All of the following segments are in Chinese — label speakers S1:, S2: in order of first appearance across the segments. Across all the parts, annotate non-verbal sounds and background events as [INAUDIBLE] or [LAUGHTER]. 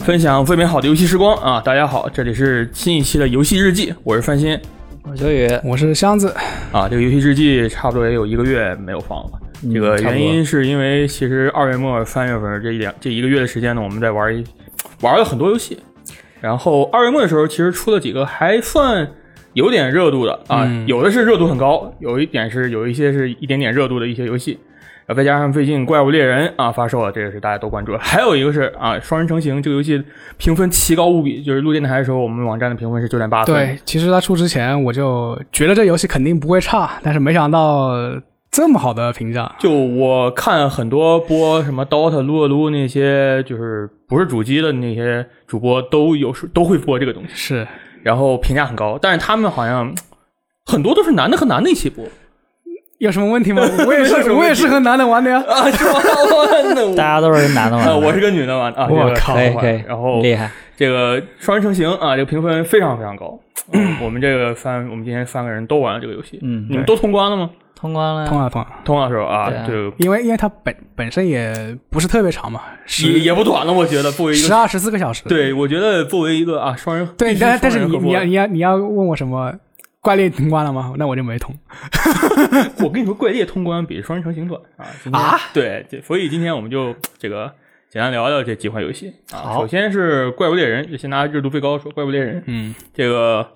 S1: 分享最美好的游戏时光啊！大家好，这里是新一期的游戏日记，我是范鑫
S2: 我是小雨，
S3: 我是箱子，
S1: 啊。这个游戏日记差不多也有一个月没有放了，这个
S3: 嗯差不多
S1: 原因是因为其实二月末三月份这一两这一个月的时间呢，我们在玩一玩了很多游戏，然后二月末的时候其实出了几个还算有点热度的啊，
S3: 嗯
S1: 有的是热度很高，有一点是有一些是一点点热度的一些游戏。啊，再加上最近《怪物猎人》啊发售了，这个是大家都关注的。还有一个是啊，《双人成行》这个游戏评分奇高无比，就是录电台的时候，我们网站的评分是九点八分，
S3: 对，其实它出之前我就觉得这游戏肯定不会差，但是没想到这么好的评价。
S1: 就我看很多播什么 DOTA、撸啊撸那些，就是不是主机的那些主播都有时都会播这个东西，
S3: 是，
S1: 然后评价很高，但是他们好像很多都是男的和男的一起播
S3: 有什么问题吗？我
S1: [LAUGHS] 没
S3: 也
S1: 有什
S3: 是，
S1: 么问题
S3: 我也是和男的玩的
S1: [LAUGHS]
S3: 呀。
S1: 啊，是吗？那
S2: [LAUGHS] 大
S1: 我。
S2: 家都是男的
S1: 啊，
S2: 嘛？
S1: 我是个女的嘛啊，
S3: 呃我
S1: 这个
S3: 靠
S2: 可以可以，
S1: 然后
S2: 厉害，
S1: 这个双人成行啊，这个评分非常非常高。
S2: [CLEARS THROAT]
S1: 嗯我们这个三，我们今天三个人都玩了这个游戏，
S2: 嗯
S1: 你们都通关了吗？
S2: 通关了，
S3: 通啊通啊，
S1: 通了是吧？啊
S2: 对，啊
S1: 这个
S3: 因为因为它本本身也不是特别长嘛，
S1: 也
S3: 十
S1: 也不短了，我觉得作为一
S3: 十
S1: 个，
S3: 二十四个小时。
S1: 对我觉得作为一个啊双人，
S3: 对，
S1: 必须
S3: 但但是
S1: 双人
S3: 你
S1: 合
S3: 你
S1: 作
S3: 要你要你要问我什么怪猎通关了吗？那我就没通。
S1: 我跟你说，怪猎通关比双人成行短啊！今天
S3: 啊，
S1: 对，这所以今天我们就这个简单聊聊这几款游戏啊。
S2: 好
S1: 首先是《怪物猎人》，就先拿热度最高说，《怪物猎人》
S3: 嗯
S1: 这个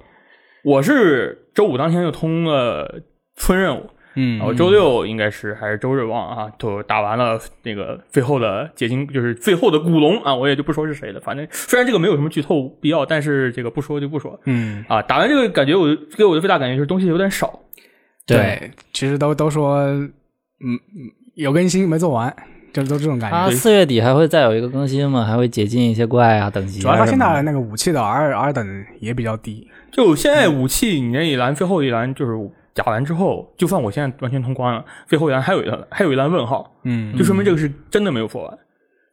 S1: 我是周五当天就通了村任务，
S3: 嗯
S1: 然后哦周六应该是还是周日忘了啊，就打完了那个最后的结晶，就是最后的古龙啊，我也就不说是谁了。反正虽然这个没有什么剧透必要，但是这个不说就不说
S3: 嗯，
S1: 啊。打完这个感觉我，就给我的最大感觉就是东西有点少。
S2: 对，
S3: 对，其实都都说嗯嗯有更新没做完，就是都这种感觉。
S2: 他四月底还会再有一个更新嘛？还会解禁一些怪啊等级啊
S3: 主要它
S2: 什
S3: 现
S2: 么的
S3: 在那个武器的 R R 等也比较低，
S1: 就现在武器，你那一栏最后一栏就是打完之后，就算我现在完全通关了，最后一栏还有一栏还有一栏问号，
S3: 嗯
S1: 就说明这个是真的没有做完。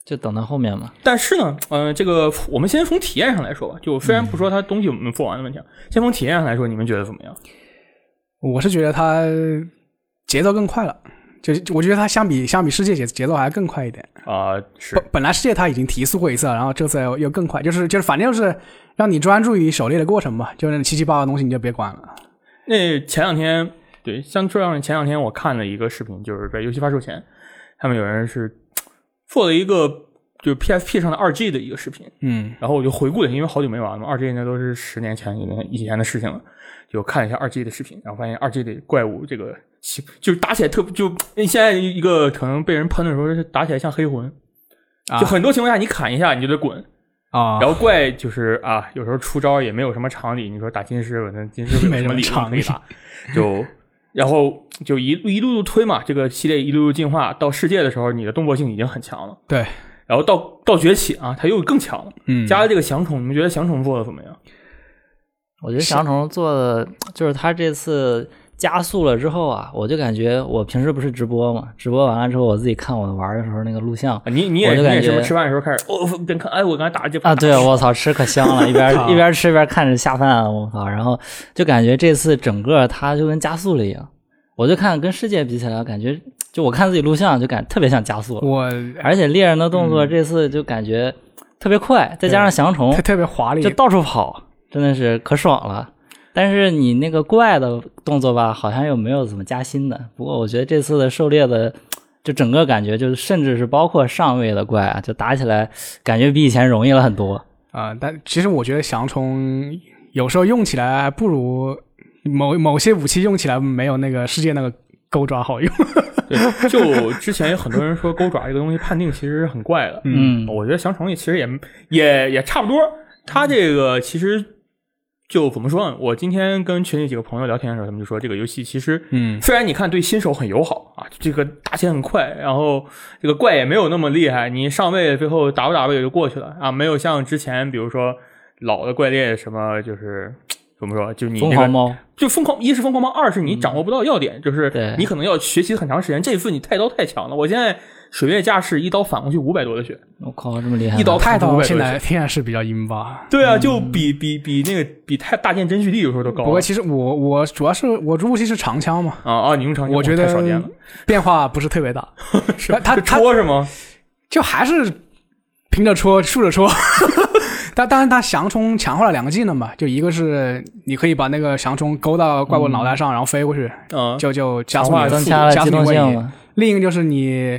S2: 就等到后面嘛。
S1: 但是呢，嗯、这个我们先从体验上来说吧，就虽然不说它东西有没有做完的问题，啊，先从体验上来说，你们觉得怎么样？
S3: 我是觉得它节奏更快了，就就我觉得它相比相比世界节节奏还更快一点。
S1: 啊、是
S3: 本本来世界它已经提速过一次了，然后这次又又更快，就是就是反正就是让你专注于狩猎的过程吧，就是七七八八的东西你就别管了。
S1: 那前两天，对，像这样前两天我看了一个视频，就是在游戏发售前，他们有人是做了一个就是 PSP 上的二 G 的一个视频，
S3: 嗯
S1: 然后我就回顾了一下，因为好久没玩了嘛，二 G 应该都是十年前以前以前的事情了，就看了一下二 G 的视频，然后发现二 G 的怪物这个形就是打起来特就现在一个可能被人喷的时候，是打起来像黑魂，
S3: 啊
S1: 就很多情况下你砍一下你就得滚，
S3: 啊
S1: 然后怪就是啊，有时候出招也没有什么常理。你说打金狮，我那金狮
S3: [LAUGHS] 没
S1: 有
S3: 什
S1: 么
S3: 么
S1: 理
S3: 常
S1: 可以
S3: 理
S1: 打，就然后就一一路路推嘛，这个系列一路路进化到世界的时候，你的动作性已经很强了。
S3: 对，
S1: 然后到到崛起啊，它又更强了。
S3: 嗯
S1: 加了这个翔虫，你们觉得翔虫做的怎么样？
S2: 我觉得翔虫做的就是他这次加速了之后啊，我就感觉我平时不是直播嘛，直播完了之后我自己看我玩的时候那个录像
S1: 啊你你也
S2: 我
S1: 你
S2: 就感
S1: 也是
S2: 觉
S1: 不是吃饭的时候开始哦，边看哎，我刚才打了这
S2: [LAUGHS] 啊，对，我操，吃可香了，一边
S3: [LAUGHS]
S2: 一边吃一边看着下饭，啊我操，然后就感觉这次整个它就跟加速了一样，我就看跟世界比起来，感觉就我看自己录像就感特别像加速了，
S3: 我嗯
S2: 而且猎人的动作这次就感觉特别快，再加上翔虫
S3: 特特别华丽
S2: 就，到处跑，真的是可爽了。但是你那个怪的动作吧，好像又没有怎么加新的。不过我觉得这次的狩猎的，就整个感觉就是，甚至是包括上位的怪啊，就打起来感觉比以前容易了很多。
S3: 啊、但其实我觉得翔虫有时候用起来还不如某某些武器用起来没有那个世界那个钩爪好用。
S1: 对，就之前有很多人说钩爪这个东西判定其实是很怪的，嗯
S2: 嗯
S1: 我觉得翔虫也其实也也也差不多。他这个其实就怎么说呢？我今天跟群里几个朋友聊天的时候，他们就说这个游戏其实，
S3: 嗯，
S1: 虽然你看对新手很友好啊，这个打起来很快，然后这个怪也没有那么厉害，你上位最后打吧打吧也就过去了啊，没有像之前比如说老的怪猎什么就是。怎么说？就你、这
S2: 疯
S1: 个、
S2: 狂猫，
S1: 就疯狂，一是疯狂帮，二是你掌握不到要点，就是
S2: 嗯对
S1: 你可能要学习很长时间。这一次你太刀太强了，我现在水月架势一刀反过去五百多的血，
S2: 我靠，这么厉害吗！
S1: 一刀
S3: 太
S1: 五
S3: 刀
S1: 百
S3: 现
S1: 多
S3: 在现在是比较阴吧。
S1: 对啊，就比比比那个比太大剑真蓄力有时候都高
S3: 不过其实我我主要是我入戏是长枪嘛，
S1: 啊啊！你用长枪
S3: 我觉得
S1: 太少见了，
S3: 变化不是特别大，
S1: [LAUGHS] 是吧
S3: 他
S1: 是
S3: 他
S1: 戳是吗？
S3: 就还是拼着戳，
S1: [LAUGHS]
S3: 竖着戳。但当然，它降冲强化了两个技能吧，就一个是你可以把那个降冲勾到怪物脑袋上，然后飞过去，
S1: 嗯，
S3: 就就加速
S1: 强化
S3: 你的
S1: 增
S3: 速
S2: 加
S3: 度
S2: 了
S3: 加速
S2: 机
S3: 你
S2: 动
S3: 位
S2: 性
S3: 移。
S2: 嘛，
S3: 另一个就是你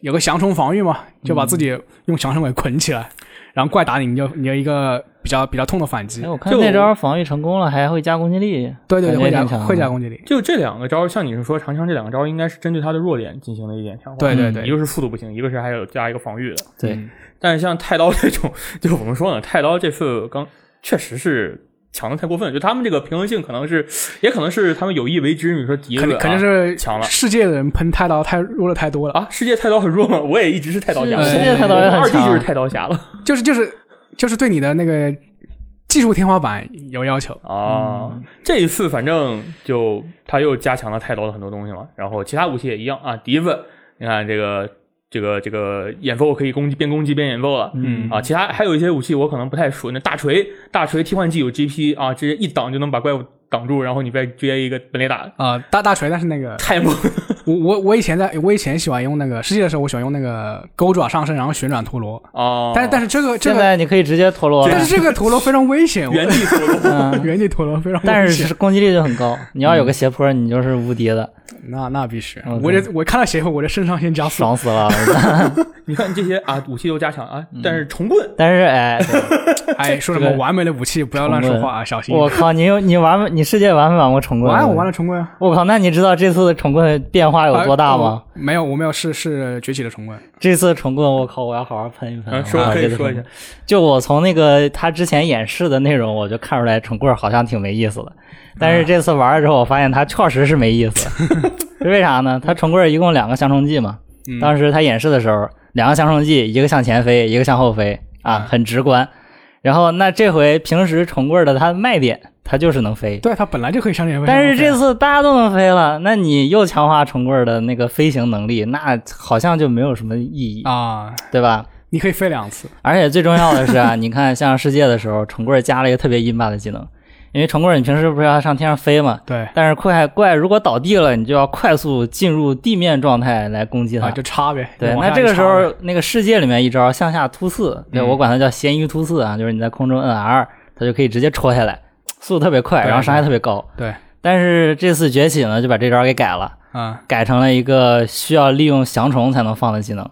S3: 有个降虫防御嘛，就
S2: 嗯
S3: 把自己用降虫给捆起来，然后怪打你，你就你有一个比较比较痛的反击
S2: 哎，。我看
S1: 就
S2: 那招防御成功了，还会加攻击力，
S3: 对对
S2: 感觉
S3: 对，会加
S2: 挺强的
S3: 会加攻击力。
S1: 就这两个招，像你是说长枪这两个招，应该是针对他的弱点进行了一点强化。
S3: 对对
S2: 嗯
S3: 对
S1: 一，个是速度不行，一个是还有加一个防御的。
S2: 对
S3: 嗯
S1: 但是像太刀这种，就怎么说呢？太刀这次刚确实是强的太过分，就他们这个平衡性可能是，也可能是他们有意为之。你说敌
S3: 肯
S1: 人、
S3: 定
S1: 啊、
S3: 肯定是
S1: 强了
S3: 世界的人喷太刀太弱了太多了，
S1: 啊，世界太刀很弱吗？我也一直是太刀侠，
S2: 是
S3: 世界太
S2: 刀也很
S1: 我二弟
S2: 强
S1: 就是太刀侠了
S3: 就是就是就是对你的那个技术天花板有要求。
S1: 啊。这一次反正就他又加强了太刀的很多东西嘛，然后其他武器也一样啊。笛子，你看这个这个这个眼风可以攻击，边攻击边眼风了。
S3: 嗯
S1: 啊，其他还有一些武器我可能不太熟，那大锤，大锤替换技有 GP 啊，直接一挡就能把怪物挡住，然后你再接一个本垒打，
S3: 啊、大大锤，但是那个
S1: 太猛！
S3: 我我我以前在我以前喜欢用那个世界的时候，我喜欢用那个钩爪上身，然后旋转陀螺。
S1: 哦，
S3: 但是但是这个这
S2: 现
S3: 个，
S2: 在你可以直接陀螺了
S3: 但，
S2: [LAUGHS]
S3: 是这个陀螺非常危险，我
S1: 原地走路，
S2: 嗯，
S3: [LAUGHS] 原地陀螺非常危险。
S2: 但是是攻击力就很高，你要有个斜坡，你就是无敌的，
S3: 那那必须，啊
S2: 嗯
S3: 我这我看到邪乎，我这肾上腺加速。
S2: 爽死了。 [LAUGHS]
S1: 你看这些啊，武器都加强啊，但是重棍
S2: 但是哎，
S3: 哎，说什么完美的武器，不要乱说话啊，小心。
S2: 我靠，你有你玩没你世界玩没玩过重棍？
S3: 玩我玩了重棍啊，
S2: 我靠，那你知道这次的重棍变化有多大吗？
S3: 啊？我没有，我没有试试崛起的重棍。
S2: 这次重棍，我靠，我要好好喷一喷。
S1: 啊，说
S2: 哇
S1: 可
S2: 嗯这
S1: 以
S2: 次
S1: 说一
S2: 重
S1: 下
S2: 棍，就我从那个他之前演示的内容，我就看出来重棍好像挺没意思的。但
S3: 啊
S2: 是这次玩了之后，我发现它确实是没意思。 [LAUGHS] 是为啥呢？它重棍一共两个相冲技嘛。
S3: 嗯
S2: 当时他演示的时候，两个相冲技，一个向前飞，一个向后飞，啊，很直观。然后那这回平时重棍的它的卖点，它就是能飞。
S3: 对他本来就可以上前飞，啊
S2: 但是这次大家都能飞了，那你又强化重棍的那个飞行能力，那好像就没有什么意义，
S3: 啊，
S2: 对吧？
S3: 你可以飞两次，
S2: 而且最重要的是啊，你看像世界的时候，重棍加了一个特别阴霸的技能，因为重棍你平时不是要上天上飞嘛，
S3: 对
S2: 但是快怪如果倒地了，你就要快速进入地面状态来攻击它。
S3: 啊，就插呗。
S2: 对，
S3: 往
S2: 那
S3: 下
S2: 这个时
S3: 一插呗
S2: 候那个世界里面一招向下突刺，对、
S3: 嗯
S2: 我管它叫咸鱼突刺啊，就是你在空中摁 R，它就可以直接戳下来，速度特别快，
S3: 对
S2: 然后伤害特别高。
S3: 对，
S2: 但是这次崛起呢，就把这招给改了。
S3: 啊，
S2: 改成了一个需要利用翔虫才能放的技能，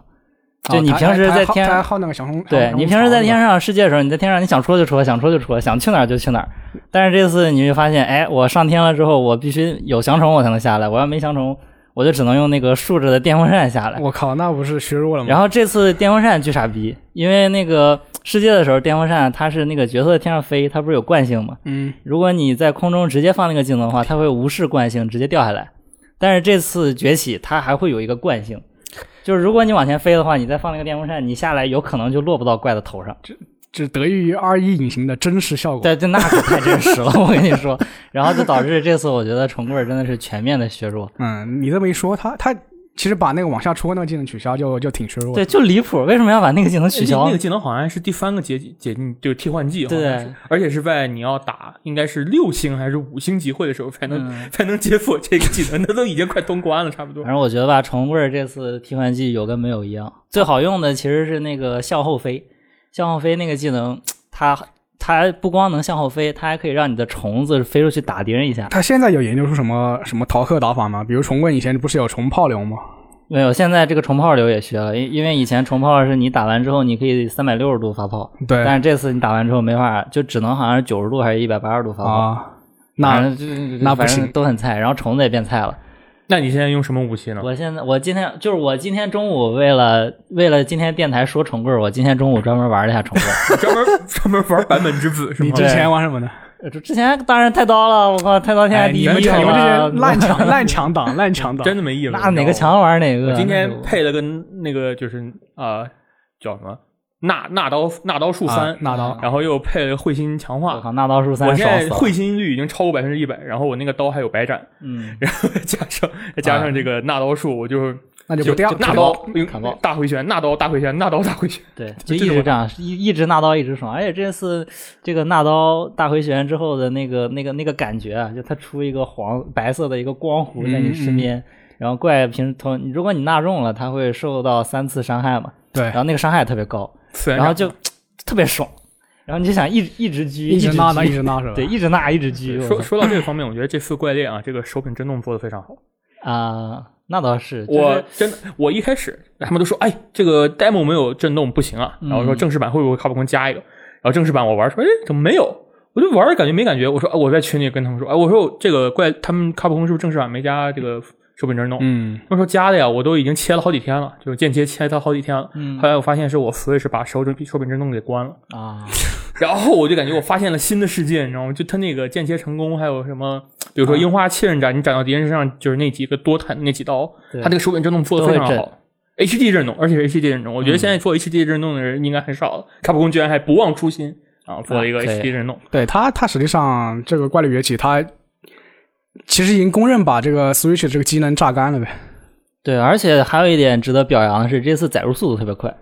S2: 就你
S3: 啊
S2: 平时
S3: 他
S2: 在
S3: 他
S2: 天
S3: 他还耗那个小红，
S2: 对
S3: 小红
S2: 你平时在
S3: 槽
S2: 天
S3: 的
S2: 上世界的时候，你在天上你想戳就戳，想戳就戳，想去哪儿就去哪儿。但是这次你就发现，哎，我上天了之后，我必须有翔虫我才能下来，我要没翔虫，我就只能用那个竖着的电风扇下来。
S3: 我靠，那不是削弱了吗？
S2: 然后这次电风扇巨傻逼，因为那个世界的时候，电风扇它是那个角色在天上飞，它不是有惯性吗？
S3: 嗯，
S2: 如果你在空中直接放那个技能的话，它会无视惯性直接掉下来。但是这次崛起，它还会有一个惯性，就是如果你往前飞的话，你再放那个电风扇，你下来有可能就落不到怪的头上。
S3: 只得益于 R 一隐形的真实效果。
S2: 对，就那可太真实了，我跟你说。然后就导致这次我觉得重棍儿真的是全面的削弱，
S3: 嗯，你这么一说，他他其实把那个往下戳那个技能取消就就挺削弱的。
S2: 对，就离谱。为什么要把那个技能取
S1: 那
S2: 消啊
S1: 那个？技能好像是第三个解解禁，就是替换技，好像
S2: 对
S1: 是，，而且是在你要打应该是六星还是五星集会的时候才能、[LAUGHS]
S2: 嗯
S1: 才能解锁这个技能，那都已经快通关了，差不多
S2: 反。正我觉得吧，重棍儿这次替换技有跟没有一样。最好用的其实是那个向后飞，向后飞那个技能，它它不光能向后飞，它还可以让你的虫子飞出去打敌人一下。
S3: 他现在有研究出什么什么逃课打法吗？比如重棍以前不是有重炮流吗？
S2: 没有，现在这个重炮流也学了，因因为以前重炮是你打完之后你可以三百六十度发炮，
S3: 对
S2: 但是这次你打完之后没法，就只能好像是九十度还是一百八十度发炮。
S3: 啊，那
S2: 反正就
S3: 那
S2: 嗯
S3: 不
S2: 反正
S3: 行
S2: 都很菜，然后虫子也变菜了。
S1: 那你现在用什么武
S3: 嗯
S1: 器呢？
S2: 我现在我今天就是我今天中午为了为了今天电台说重棍儿，我今天中午专门玩了一下重棍儿。
S1: [LAUGHS]
S2: [LAUGHS]
S1: 专门专门玩版本之子是
S3: 你
S1: 吗？
S3: 之前玩什么呢？
S2: 呃之前当然太刀了，我靠，太刀天下
S3: 哎，
S2: 第一
S3: 你们这
S2: 好
S3: 你们这
S2: 吧
S3: 些 [LAUGHS] 烂强烂强党，烂强党
S1: 真的没意思。
S2: 那
S1: 你知
S2: 哪
S1: 道
S2: 个
S1: 吗
S2: 强玩哪个。
S1: 我今天
S2: 那
S1: 配了个那个就是啊、呃叫什么纳纳刀纳刀术三、
S3: 啊纳刀
S1: 然后又配了会心强
S2: 我我
S1: 化。
S2: 靠，那刀术三
S1: 我现
S2: 爽
S1: 在
S2: 死了。
S1: 会心率已经超过百分之一百，然后我那个刀还有白斩， [LAUGHS]
S2: 嗯，
S1: 然后加上再加
S2: 啊
S1: 上这个纳刀术，我就
S3: 那就
S1: 就
S3: 不掉
S1: 就纳刀用大回旋，纳刀大回旋，纳刀大回旋。
S2: 对，
S1: 这
S2: 就一
S1: 种
S2: 直这样，一一直纳刀一直爽。而且这次这个纳刀大回旋之后的那个那个那个感觉啊，就它出一个黄白色的一个光弧在你身边，然后怪平时同如果你纳中了，它会受到三次伤害嘛，
S3: 对
S2: 啊然后那个伤害也特别高。
S1: 四连
S2: 然后
S1: 斩
S2: 就特别爽，然后你就想一直一直狙，
S3: 一直
S2: 狙
S3: 闹呢，
S2: [LAUGHS]
S3: 一直闹是吧？
S2: 对，，一直纳，一直狙。我
S1: 说
S2: 操
S1: 说到这个方面，我觉得这次怪猎啊，这个手柄震动做的非常好。
S2: 啊，那倒是， [LAUGHS] 就是
S1: 我真的，我一开始他们都说，哎，这个 demo 没有震动不行啊。然后
S2: 嗯
S1: 说正式版会不会卡普空加一个？然后正式版我玩说，哎，怎么没有？我就玩儿感觉没感觉。我说，啊我在群里跟他们说，哎，我说这个怪他们卡普空是不是正式版没加这个手柄震动？
S3: 嗯，
S1: 他们说加的呀，我都已经切了好几天了，就是间接切它好几天了。
S2: 嗯
S1: 后来我发现是我 Switch 把手柄手柄震动给关了，
S2: 啊，
S1: 然后我就感觉我发现了新的世界，你知道吗？就它那个间接成功，还有什么，比如
S2: 啊
S1: 说樱花切刃斩，你斩到敌人身上就是那几个多弹那几刀，
S2: 对
S1: 它那个手柄震动做的非常
S2: 都会嗯
S1: 好。HD 震动，而且是 HD 震动，我觉得现在做 HD 震动的人应该很少了。卡普空居然还不忘初心啊，做了一个
S2: 啊可以
S1: HD 震动。
S3: 对他，他实际上这个怪力崛起，他其实已经公认把这个 Switch 的这个机能榨干了呗。
S2: 对，而且还有一点值得表扬的是，这次载入速度特别快。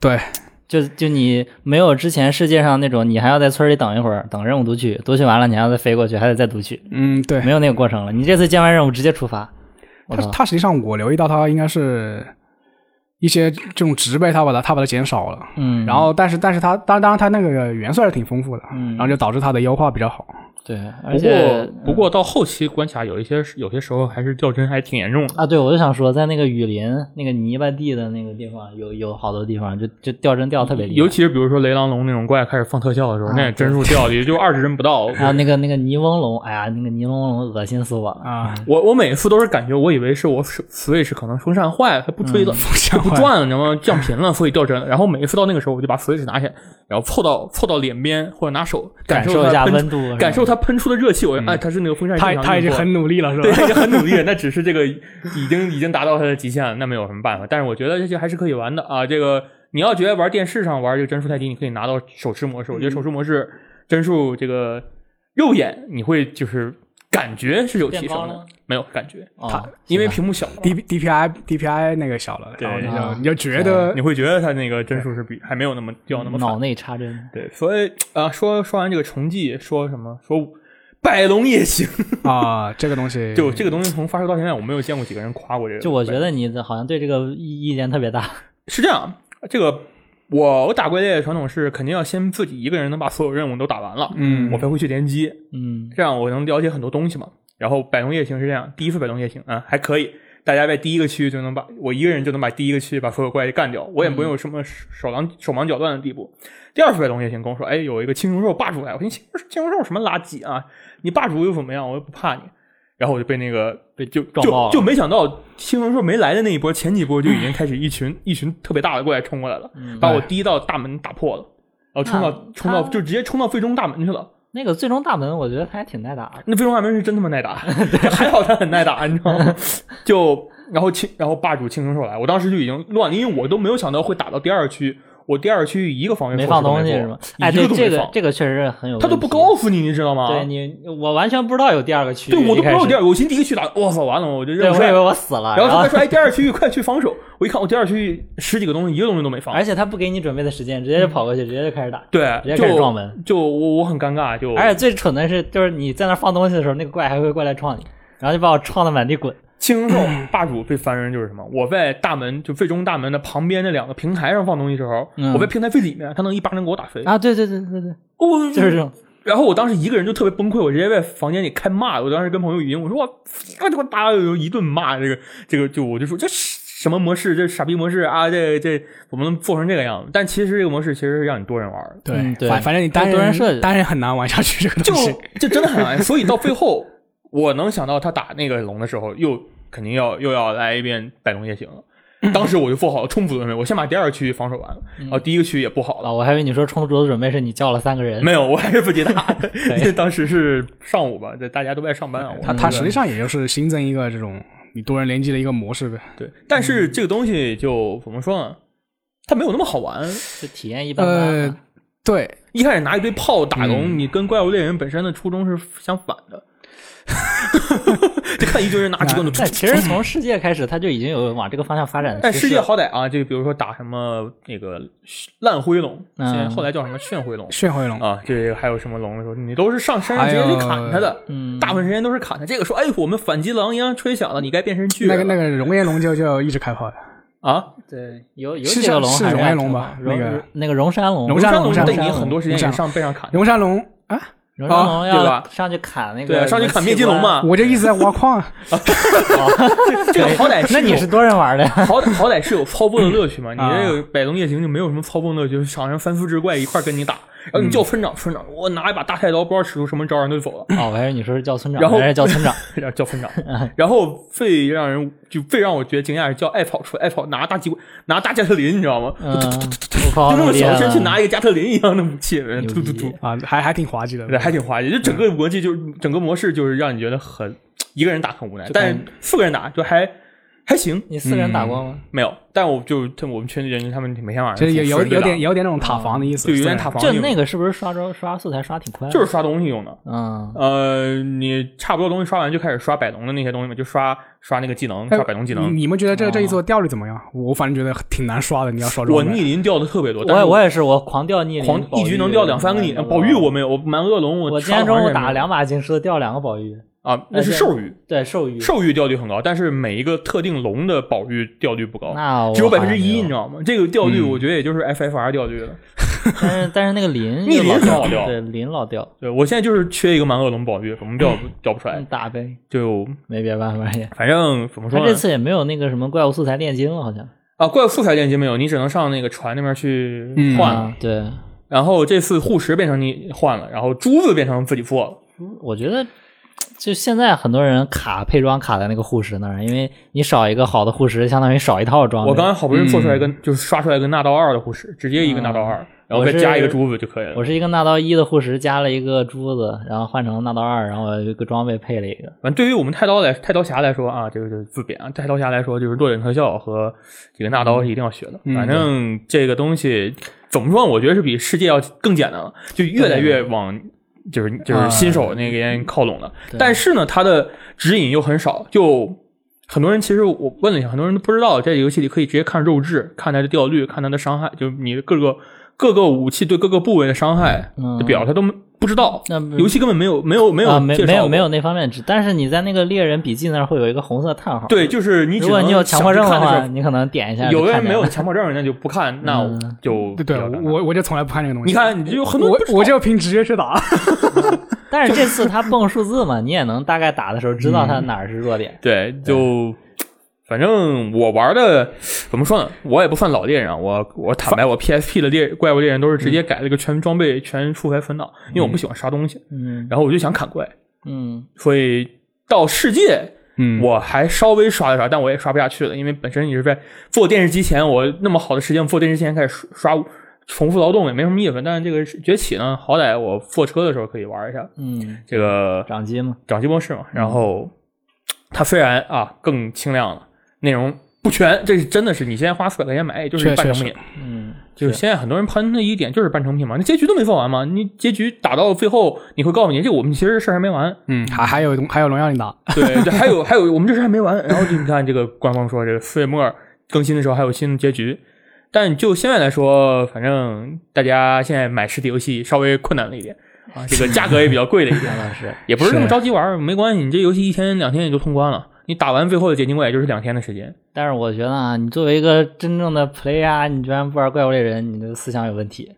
S3: 对，
S2: 就就你没有之前世界上那种，你还要在村里等一会儿，等任务读取，读取完了你还要再飞过去，还得再读取，
S3: 嗯，对
S2: 没，有那个过程了。你这次接完任务直接出发，我
S3: 他
S2: 操，
S3: 他实际上我留意到他应该是一些这种植被，他把它他把它减少了。
S2: 嗯，
S3: 然后，但是，但是他当当然，他那个元素还是挺丰富的，嗯，然后就导致他的优化比较好。
S2: 对，而
S1: 不
S2: 且
S1: 过，不过到后期关卡有一些有些时候还是掉帧还挺严重的。
S2: 啊，对，我就想说，在那个雨林、那个泥巴地的那个地方，有有好多地方就就掉帧掉特别厉害，啊
S1: 尤其是比如说雷狼龙那种怪开始放特效的时候，那帧数掉的也就二十帧不
S2: [LAUGHS]
S1: 到。
S2: 还有那个那个泥翁龙，哎呀，那个泥翁龙恶心死我了。
S3: 啊，
S1: 我我每次都是感觉，我以为是我 Switch 可能风扇坏了，它不吹了，
S2: 嗯
S3: 扇
S1: 不
S3: 坏了
S1: 转了，你知道吗？降频了，所以掉帧了。然后每一次到那个时候，我就把 Switch 拿起来，然后凑到凑到脸边或者拿手
S2: 感
S1: 受
S2: 受一
S1: 它
S2: 下
S1: 喷
S2: 温度是吧嗯
S1: 感受它喷出的热气。我哎，它是那个风扇
S3: 他
S1: 正常
S3: 他已
S1: 运
S3: 经
S1: 作
S3: 很努力了，是
S1: 对，
S3: 吧？
S1: 他已经很努力了，那只是这个已经已经达到他的极限了，那没有什么办法。但是我觉得这些还是可以玩的啊。这个你要觉得玩电视上玩这个帧数太低，你可以拿到手持模式。我觉得
S2: 嗯
S1: 手持模式帧数这个肉眼你会就是感觉是有提
S2: 变高
S1: 升
S2: 了吗
S1: 的，没有感觉，
S2: 啊，
S1: 因为
S2: 行吧
S1: 屏幕小嘛，
S3: D D P I D P I 那个小了，然后
S1: 对
S3: 你
S2: 啊
S3: 就你就觉得
S1: 你会觉得它那个帧数是比还没有那么掉那么
S2: 嗯脑
S1: 惨。
S2: 内插针，
S1: 对，所以啊、说说完这个重记，说什么说百龙夜行，
S3: 啊，这个东
S1: [LAUGHS]
S3: 西
S1: 就这个东西从发售到现在，我没有见过几个人夸过这个。
S2: 就我觉得你好像对这个意意见特别大。
S1: 是这样，啊这个我我打怪猎的传统是肯定要先自己一个人能把所有任务都打完了，
S3: 嗯
S1: 我才会去联机，
S2: 嗯
S1: 这样我能了解很多东西嘛。然后百龙夜行是这样，第一次百龙夜行啊、嗯还可以，大家在第一个区就能把我一个人就能把第一个区把所有怪干掉，我也
S2: 嗯
S1: 不用有什么手忙手忙脚乱的地步。第二次百龙夜行跟我说，哎，有一个青铜兽霸主来，我说青青铜兽什么垃圾啊，你霸主又怎么样，我又不怕你。然后我就被那个
S2: 被
S1: 就
S2: 撞
S1: 就
S2: 爆了
S1: 就没想到青龙兽没来的那一波，前几波就已经开始一群、一群特别大的怪冲过来了，把我第一道大门打破了，然后冲到
S2: 那
S1: 冲到
S2: 嗯啊他
S1: 就直接冲到最终大门去了。
S2: 那个最终大门，我觉得他还挺耐打的。
S1: 那最终大门是真他妈耐打，还好他很耐打，你知道吗？就然后青然后霸主青龙兽来，我当时就已经乱了，因为我都没有想到会打到第二区，我第二区一个防御
S2: 没
S1: 措施
S2: 放
S1: 都
S2: 东西
S1: 做
S2: 是吗？哎，
S1: 一个
S2: 对，
S1: 都
S2: 这
S1: 没
S2: 个
S1: 放，
S2: 这个确实很有，啊
S1: 他都不。告诉你，你知道吗？
S2: 对你，我完全不知道有第二个区域。
S1: 对我都不知道第
S2: 二，
S1: 二，我先第一个去打，我操，完了，我就
S2: 对
S1: 认
S2: 我以为我死了。
S1: 然
S2: 然
S1: 后他们说：“哎，第二区域快去防守！”我一看，我第二区域十几个东西，一个东西都没放
S2: 而。且他不给你准备的时间，直接就跑过去，直接就开始打。
S1: 对
S2: 哎直，接
S1: 就
S2: 开始撞门哎
S1: 就我我很尴尬，就
S2: 而且最蠢的是，就是你在那放东西的时候，那个怪还会过来撞你，然后就把我撞得满地滚。嗯
S1: 青兽霸主最烦人就是什么？我在大门就最终大门的旁边那两个平台上放东西的时候，
S2: 嗯
S1: 我在平台最里面，他能一巴掌给我打飞。
S2: 啊，对对对对对，
S1: 哦
S2: 就是这种。
S1: 然后我当时一个人就特别崩溃，我直接在房间里开骂。我当时跟朋友语音，我说我啊，这我打一顿骂，这个这个就我就说这是什么模式，这傻逼模式啊，这这怎么能做成这个样子？但其实这个模式其实是让你多人玩的。
S2: 嗯对
S3: 反反正你单
S2: 就多人设计
S3: 单人很难玩下去这个
S1: 就
S3: 东 [LAUGHS] 西。
S1: 就真的很难。所以到最后，我能想到他打那个龙的时候，又肯定要又要来一遍百龙夜行了。当时我就做好了充足的准备，我先把第二区防守完了，然后第一个区也不好了，
S2: 啊，我还以为你说充足的准备是你叫了三个人。
S1: 没有，我还是不接打，因为当时是上午吧，这大家都在上班啊。我
S3: 它
S2: 嗯
S3: 它实际上也就是新增一个这种你多人联机的一个模式呗。
S1: 对，但是这个东西就怎么说呢？它没有那么好玩。
S2: 就体验一般般
S3: 呃
S2: 吧。，
S3: 对，
S1: 一开始拿一堆炮打龙，你跟怪物猎人本身的初衷是相反的。 [LAUGHS] 就看一堆人拿机关就
S2: 但其实从世界开始，它就已经有往这个方向发展的
S1: 但
S2: 趋
S1: 世
S2: 势
S1: 界
S2: 了。
S1: 好歹啊，就比如说打什么那个烂灰龙，
S2: 嗯
S1: 现在后来叫什么旋灰龙
S3: 炫回龙，
S1: 啊，这个还有什么龙的时候，你都是上山上直接去砍它的，
S2: 嗯
S1: 大部分时间都是砍它。这个说，哎，我们反击狼烟吹响了，你该变身巨
S3: 那
S1: 人
S3: 个
S1: 了。
S3: 那个熔岩龙就就一直开炮呀。
S1: 啊，
S2: 对，有有
S3: 是
S2: 几个
S3: 叫
S2: 龙
S3: 是
S2: 还
S3: 熔
S2: 岩
S3: 岩龙吧
S2: 那
S3: 那个
S2: 那个荣山龙，
S3: 龙
S1: 龙
S3: 山
S1: 龙
S3: 龙
S1: 被
S3: 山
S1: 你
S3: 龙
S1: 很多时间也
S3: 龙山
S1: 上背上砍，
S3: 龙山龙啊，
S2: 荣山龙
S1: 啊对
S2: 要
S1: 吧
S2: 上去砍那个，
S1: 对，啊上去砍灭金龙。嘛，
S3: 我就一直在挖矿啊，
S1: [LAUGHS] 这个好歹
S2: 那你
S1: 有
S2: 是多人玩的呀？
S1: 好歹好歹是有操作的乐趣嘛，你
S3: 啊
S1: 这个百龙夜行就没有什么操作乐趣，场上翻夫之怪一块跟你打，然
S3: 嗯
S1: 后你叫村长，村长我拿一把大太刀，不知道使出什么招，人就走了，
S2: [LAUGHS] 哦，我还是你说是叫村长，
S1: 然后
S2: 还是
S1: [LAUGHS]
S2: 叫村长？
S1: 然后叫
S3: [LAUGHS]
S1: 村长，
S3: 啊
S1: 然后最让人就最让我觉得惊讶是叫艾草出来，艾草拿大机拿大加特林，你知道吗？ [LAUGHS]
S2: 嗯，我靠，
S1: 就那么
S2: 厉害
S1: 小
S2: 了
S1: 身
S3: 啊
S1: 去拿一个加特林一样的武器，突突突，
S3: 还还挺滑稽的
S1: 对，，还挺滑稽。就整
S3: 嗯
S1: 个逻辑就是整个模式就是让你觉得很一个人打很无奈，但是四个人打就还还行，
S2: 你四个人打过吗？
S1: 没有。但我就他我们群里人他们每天晚
S3: 其
S1: 上
S3: 实有
S1: 四
S3: 有
S1: 个人
S3: 有
S1: 打
S3: 点有点那种塔防的意思，
S1: 就啊嗯有点塔防
S2: 就
S1: 御嘛
S2: 那个是不是刷招刷素材刷挺快的？
S1: 就是刷东西用的。
S2: 嗯，
S1: 呃，你差不多东西刷完就开始刷摆龙的那些东西嘛，就刷刷那个技能，
S3: 哎
S1: 刷摆龙技能。嗯
S3: 你你们觉得这这一座调率怎么样？我反正觉得挺难刷的，你要刷这
S1: 我
S3: 种
S1: 逆鳞掉的特别多，
S2: 我也我
S1: 也
S2: 也是，我狂掉逆鳞，
S1: 狂
S2: 宝
S1: 一局
S2: 玉
S1: 能掉两三个逆，
S2: 我
S1: 宝玉我没有，我蛮恶龙
S2: 我今
S1: 刷
S2: 天
S1: 了好
S2: 中
S1: 长
S2: 午
S1: 时间
S2: 打了
S1: 没有
S2: 两把金狮子，掉两个宝玉，
S1: 啊，那是兽鱼，
S2: 对，兽鱼，
S1: 兽鱼掉率很高，但是每一个特定龙的宝玉掉率不高，
S2: 那我
S1: 只有
S2: 好
S1: 百
S2: 像
S1: 分之一，
S2: 没
S1: 你知道吗？这个掉率我觉得也就是 FFR 掉率了。
S2: 但是但是那个
S1: [LAUGHS]
S2: 鳞
S1: 逆鳞
S2: 就
S1: 很好掉
S2: 对，鳞老掉，
S1: 对我现在就是缺一个蛮恶龙宝玉，我们掉不掉不出来
S2: 嗯，打呗，
S1: 就
S2: 没别办法也。
S1: 反正怎么
S2: 他
S1: 哎说
S2: 这
S1: 呢？
S2: 次也没有那个什么怪物素材炼金了，好像
S1: 啊，怪物素材链接没有，你只能上那个船那边去
S3: 嗯
S1: 换。
S2: 啊，对，
S1: 然后这次护石变成你换了，然后珠子变成自己做了。
S2: 我觉得就现在很多人卡配装卡在那个护石那儿，因为你少一个好的护石，相当于少一套装备。
S1: 我刚才好不容易做出来一个，就是刷出来一个纳刀二的护石，直接
S2: 啊
S1: 一个纳刀二，然后再加一个珠子就可以了。
S2: 我是一个纳刀一的护石，加了一个珠子，然后换成了纳刀二，然后我有一个装备配了一个。
S1: 反正对于我们太刀来太刀侠来说啊，这个就是自贬啊。太刀侠来说，就是落枕特效和这个纳刀是一定要学的。
S3: 嗯
S1: 反正这个东西怎么说，我觉得是比世界要更简单了，就越来越往。就是就是新手那个人靠拢了，
S2: 嗯对
S1: 但是呢，它的指引又很少，就很多人其实我问了一下，很多人都不知道，在这个游戏里可以直接看肉质，看它的掉率，看它的伤害，就是你的各个各个武器对各个部位的伤害
S2: 嗯
S1: 的表，它都没不知道
S2: 那不，
S1: 游戏根本没有没有没有
S2: 啊，没
S1: 介绍
S2: 没有
S1: 过
S2: 没有那方面知，但是你在那个猎人笔记那儿会有一个红色叹号。，
S1: 对，就是你只
S2: 如果
S1: 能
S2: 你有强迫
S1: 想
S2: 症
S1: 去
S2: 的
S1: 看时
S2: 话，
S1: 候
S2: 你可能点一下。
S1: 有的人
S2: 就看
S1: 没
S2: 见
S1: 有 [LAUGHS]
S2: 了
S1: 强迫症，那就不看，那我
S2: 嗯
S1: 就
S3: 对
S1: 比
S3: 对
S1: 较，难
S3: 我我就从来不看这个东西。
S1: 你，看，你就很多人
S3: 我
S1: 不知道
S3: 我就凭直觉去打，
S2: 但是这次他蹦数字嘛，你也能大概打的时候知
S1: 嗯
S2: 道他哪儿是弱点。
S1: 对，就反正我玩的怎么说呢，我也不算老猎人啊，我我坦白，我 PSP 的猎怪物猎人都是
S3: 嗯
S1: 直接改了个全装备全出牌分档，因为我不喜欢刷东西，
S2: 嗯
S1: 然后我就想砍怪，
S2: 嗯，
S1: 所以到世界。
S3: 嗯
S1: 我还稍微刷了刷，但我也刷不下去了，因为本身也是在做电视机前，我那么好的时间做电视机前开始刷刷重复劳动也没什么意思。但是这个崛起呢，好歹我坐车的时候可以玩一下
S2: 嗯，
S1: 这个
S2: 掌机嘛，
S1: 掌机模式嘛。然后它虽然啊更轻量了，内容不全，这是真的是你现在花四百块钱买，也就是
S3: 确
S1: 半
S3: 确
S1: 成品
S3: 实。
S2: 嗯，
S1: 就是现在很多人喷的一点就是半成品嘛，那结局都没做完嘛，你结局打到最后，你会告诉你这个我们其实事儿还没完，
S3: 嗯，还还有还有荣耀你打，
S1: [LAUGHS] 对，这还有还有，我们这事还没完。然后就你看这个官方说，这个四月末更新的时候还有新的结局。但就现在来说，反正大家现在买实体游戏稍微困难了一点啊，这个价格也比较贵了一点，
S2: 杨老师，
S1: 也不是那么
S3: 是
S1: 着急玩儿，没关系，你这游戏一天两天也就通关了。你打完最后的解禁怪也就是两天的时间，
S2: 但是我觉得啊，你作为一个真正的 play 啊，你居然不玩怪物猎人，你的思想有问题。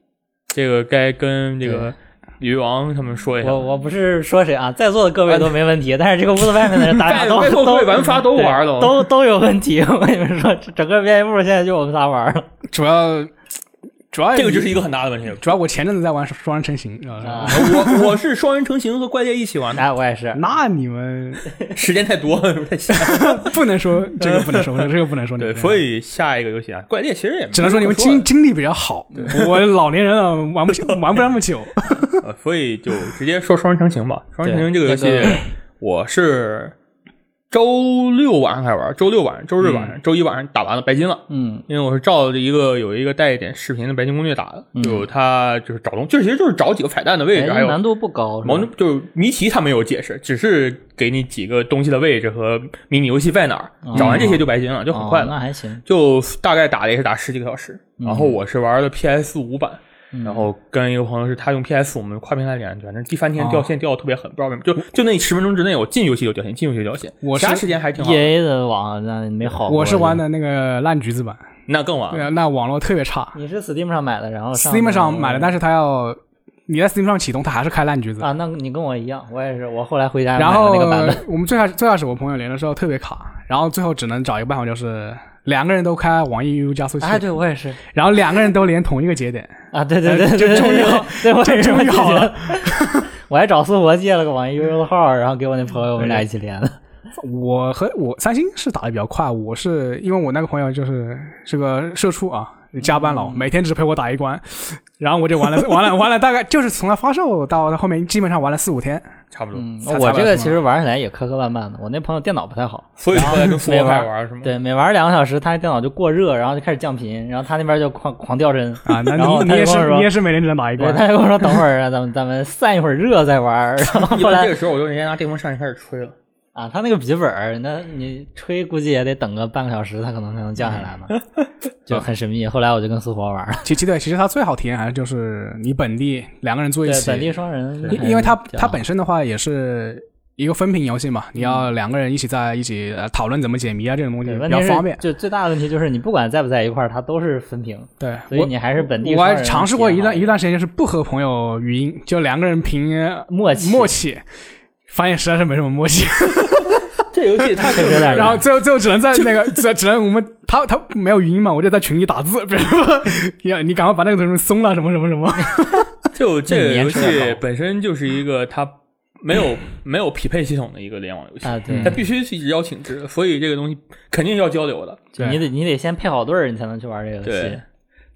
S1: 这个该跟这个鱼王他们说一下
S2: 我。我不是说谁啊，在座的各位都没问题， [LAUGHS] 但是这个屋子外面的人，大家
S1: 在
S2: 都
S1: [LAUGHS] 外头
S2: 都
S1: 会玩法都玩了
S2: [LAUGHS] 对都都有问题。我跟你们说，整个编辑部现在就我们仨玩了。
S3: 主要主要
S1: 这个就是一个很大的问题。
S3: 主要我前阵子在玩双人成行，呃
S2: 啊
S1: 我我是双人成行和怪猎一起玩的，
S2: 哎，我也是，
S3: 那你们
S1: [LAUGHS] 时间太多了，是不是太闲了
S3: 不能说这个不能说， [LAUGHS] 这个不能说你
S1: 对，
S3: 们，
S1: 所以下一个游戏啊，怪猎其实也没
S3: 只能说你们
S1: 什么可
S3: 经经历比较好，我老年人啊玩不起玩不了那么久，
S1: 呃，所以就直接说《双人成行》吧，《双人成行》这个游戏
S2: 对那个，
S1: 我是周六晚上开始玩，周六晚上、周日晚上、周一晚上打完了，白金了。
S2: 嗯
S1: 因为我是照着一个有一个带一点视频的白金攻略打的，就它就是找东，就是其实就是找几个彩蛋的位
S2: 嗯哎
S1: 置，还有
S2: 难度不高，是吧
S1: 矛盾就是谜题，它没有解释，只是给你几个东西的位置和迷你游戏在哪儿，找完这些就白金了，就很快
S2: 嗯哦
S1: 了。
S2: 那还行。嗯
S1: 就大概打了也是打十几个小时，然后我是玩的 PS 五版，然后跟一个朋友是他用 PS 我们跨平台连，反正第三
S2: 哦
S1: 天掉线掉的特别狠，不知道为什么，就就那十分钟之内，我进游戏就掉线，进游戏就掉线，
S3: 我
S1: 其他
S3: 是
S1: 时间还挺好
S2: E。A 的网那没好过。
S3: 我是玩的那个烂橘子版，
S1: 那更晚
S3: 对，啊，那网络特别差。
S2: 你是 Steam 上买的，然后
S3: Steam 上买的，
S2: 但
S3: 但是它要你在 Steam 上启动，它还是开烂橘子。
S2: 啊，那你跟我一样，我也是，我后来回家
S3: 然
S2: 买
S3: 后
S2: 了那个版本。
S3: 我们最开始最开始我朋友连的时候特别卡，然后最后只能找一个办法，就是两个人都开网易云 U 加速器，
S2: 哎，对我也是
S3: 然后两个人都连同一个节点，
S2: 啊，对对对
S3: 哎
S2: 对，
S3: 这
S2: 对
S3: 终于好，
S2: 对对我也
S3: 这
S2: 是
S3: 终于好了。
S2: [LAUGHS] 我还找苏活借了个网易悠悠的号，然后给我那朋友，我们俩一起连的。
S3: 我和我三星是打的比较快，我是因为我那个朋友就是是个社畜啊，加班
S2: 嗯
S3: 佬，每天只陪我打一关，然后我就玩了玩了玩了，大概就是从它发售到后面基本上玩了四五天。
S1: 差不多。
S2: 嗯
S3: 才，
S2: [LAUGHS] 我这个
S3: 才
S2: 其实玩起来也磕磕绊绊的。我那朋友电脑不太好，
S1: 所以后来跟苏
S2: 没
S1: 博
S2: 玩
S1: 派
S2: 儿
S1: 玩是
S3: 嗯
S1: 吗？
S2: 对，每玩两个小时，他电脑就过热，然后就开始降频，然后他那边就狂狂掉帧
S3: 啊，
S2: [LAUGHS]
S3: 那
S2: 然后
S3: 你你
S2: 他就
S3: 也
S2: 跟我
S3: 是你
S2: 说，
S3: 也是每天只能打一
S2: 对，
S3: 关，
S2: 他就跟我说，等会儿啊，咱们咱们散一会儿热再玩儿。 [LAUGHS] 然后
S1: 一般这
S2: 后来
S1: 个时候我就直接拿电风扇就开始吹
S2: [LAUGHS]
S1: 了。
S2: 啊，他那个笔记本儿，那你吹估计也得等个半个小时，他可能才能降下来呢，
S3: 嗯
S2: 就很神秘。后来我就跟苏活玩儿，
S3: 其其对，其实它最好体验还是就是你本地两个人坐一
S2: 对
S3: 起，
S2: 本地双人还是比较好，
S3: 因因为它它本身的话也是一个分屏游戏嘛，你要两个人一起在一起呃讨论怎么解谜啊这种东
S2: 嗯
S3: 西
S2: 对
S3: 比
S2: 问题
S3: 较
S2: 是
S3: 方便。
S2: 就最大的问题就是你不管在不在一块儿，它都是分屏，
S3: 对，
S2: 所以
S3: 我
S2: 你还是本地
S3: 我
S2: 双人
S3: 还尝试过一段
S2: 比
S3: 一
S2: 较好
S3: 段时间，就是不和朋友语音，就两个人凭呃
S2: [LAUGHS] 默契
S3: 默契。发现实在是没什么默契，
S1: 这游戏太
S2: 有点
S3: 然后最后最后只能在那个只只能我们他他没有语音嘛，我就在群里打字，比如说 [LAUGHS] 要你赶快把那个东西松了什么什么什么，
S1: 就这
S2: 那
S1: 个
S2: 年
S1: 游
S2: 吃得
S1: 戏
S2: 好
S1: 本身就是一个它没有没有匹配系统的一个联网游戏，
S2: 啊，对
S1: 它，必须是一直邀请制，所以这个东西肯定要交流的。
S2: 就你得你得先配好队儿，你才能去玩这个游戏
S1: 对。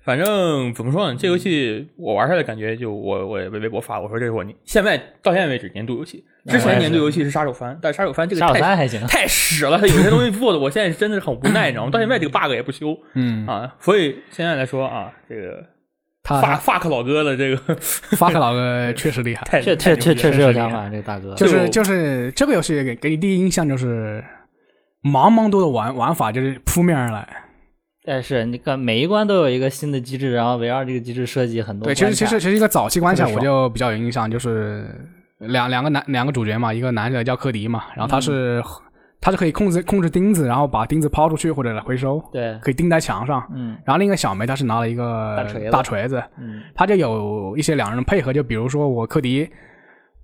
S1: 反正怎么说呢，这游戏我玩下来感觉就我我也微微博发，我说这是我年现在到现在为止年度游戏。之
S2: 我也
S1: 前
S2: 是
S1: 年度游戏是杀手番，但是杀手番这个
S2: 杀手
S1: 太
S2: 三还行，
S1: 太 [LAUGHS] 屎了，它有些东西做的我现在真的是很无奈，你
S2: 嗯
S1: 知道吗？到现在这个 bug 也不修
S3: 嗯，
S1: 啊，所以现在来说啊，这个
S3: 他
S1: 发 fuck 老哥的这个
S3: 发克老哥确实厉害，
S1: 太
S2: 确
S1: 太
S2: 确
S1: 牛逼
S2: 确
S1: 了
S2: 确实有想
S1: 厉害
S2: 法，这个大哥。
S3: 就
S1: 对我
S3: 是就是这个游戏给给你第一印象就是茫茫多的玩玩法就是扑面而来。
S2: 但是你看每一关都有一个新的机制，然后围绕这个机制设计很多关
S3: 对，其
S2: 卡。
S3: 实其实其实一个早期关卡
S2: 特别
S3: 我
S2: 爽
S3: 就比较有印象，就是两两个男两个主角嘛，一个男的叫科迪嘛，然后
S2: 嗯
S3: 他是、他是可以控制控制钉子，然后把钉子抛出去或者回收，
S2: 对，
S3: 可以钉在墙上。
S2: 嗯
S3: 然后另一个小梅她是拿了一个
S2: 大锤子
S3: 大锤子，
S2: 嗯
S3: 他就有一些两人的配合，就比如说我科迪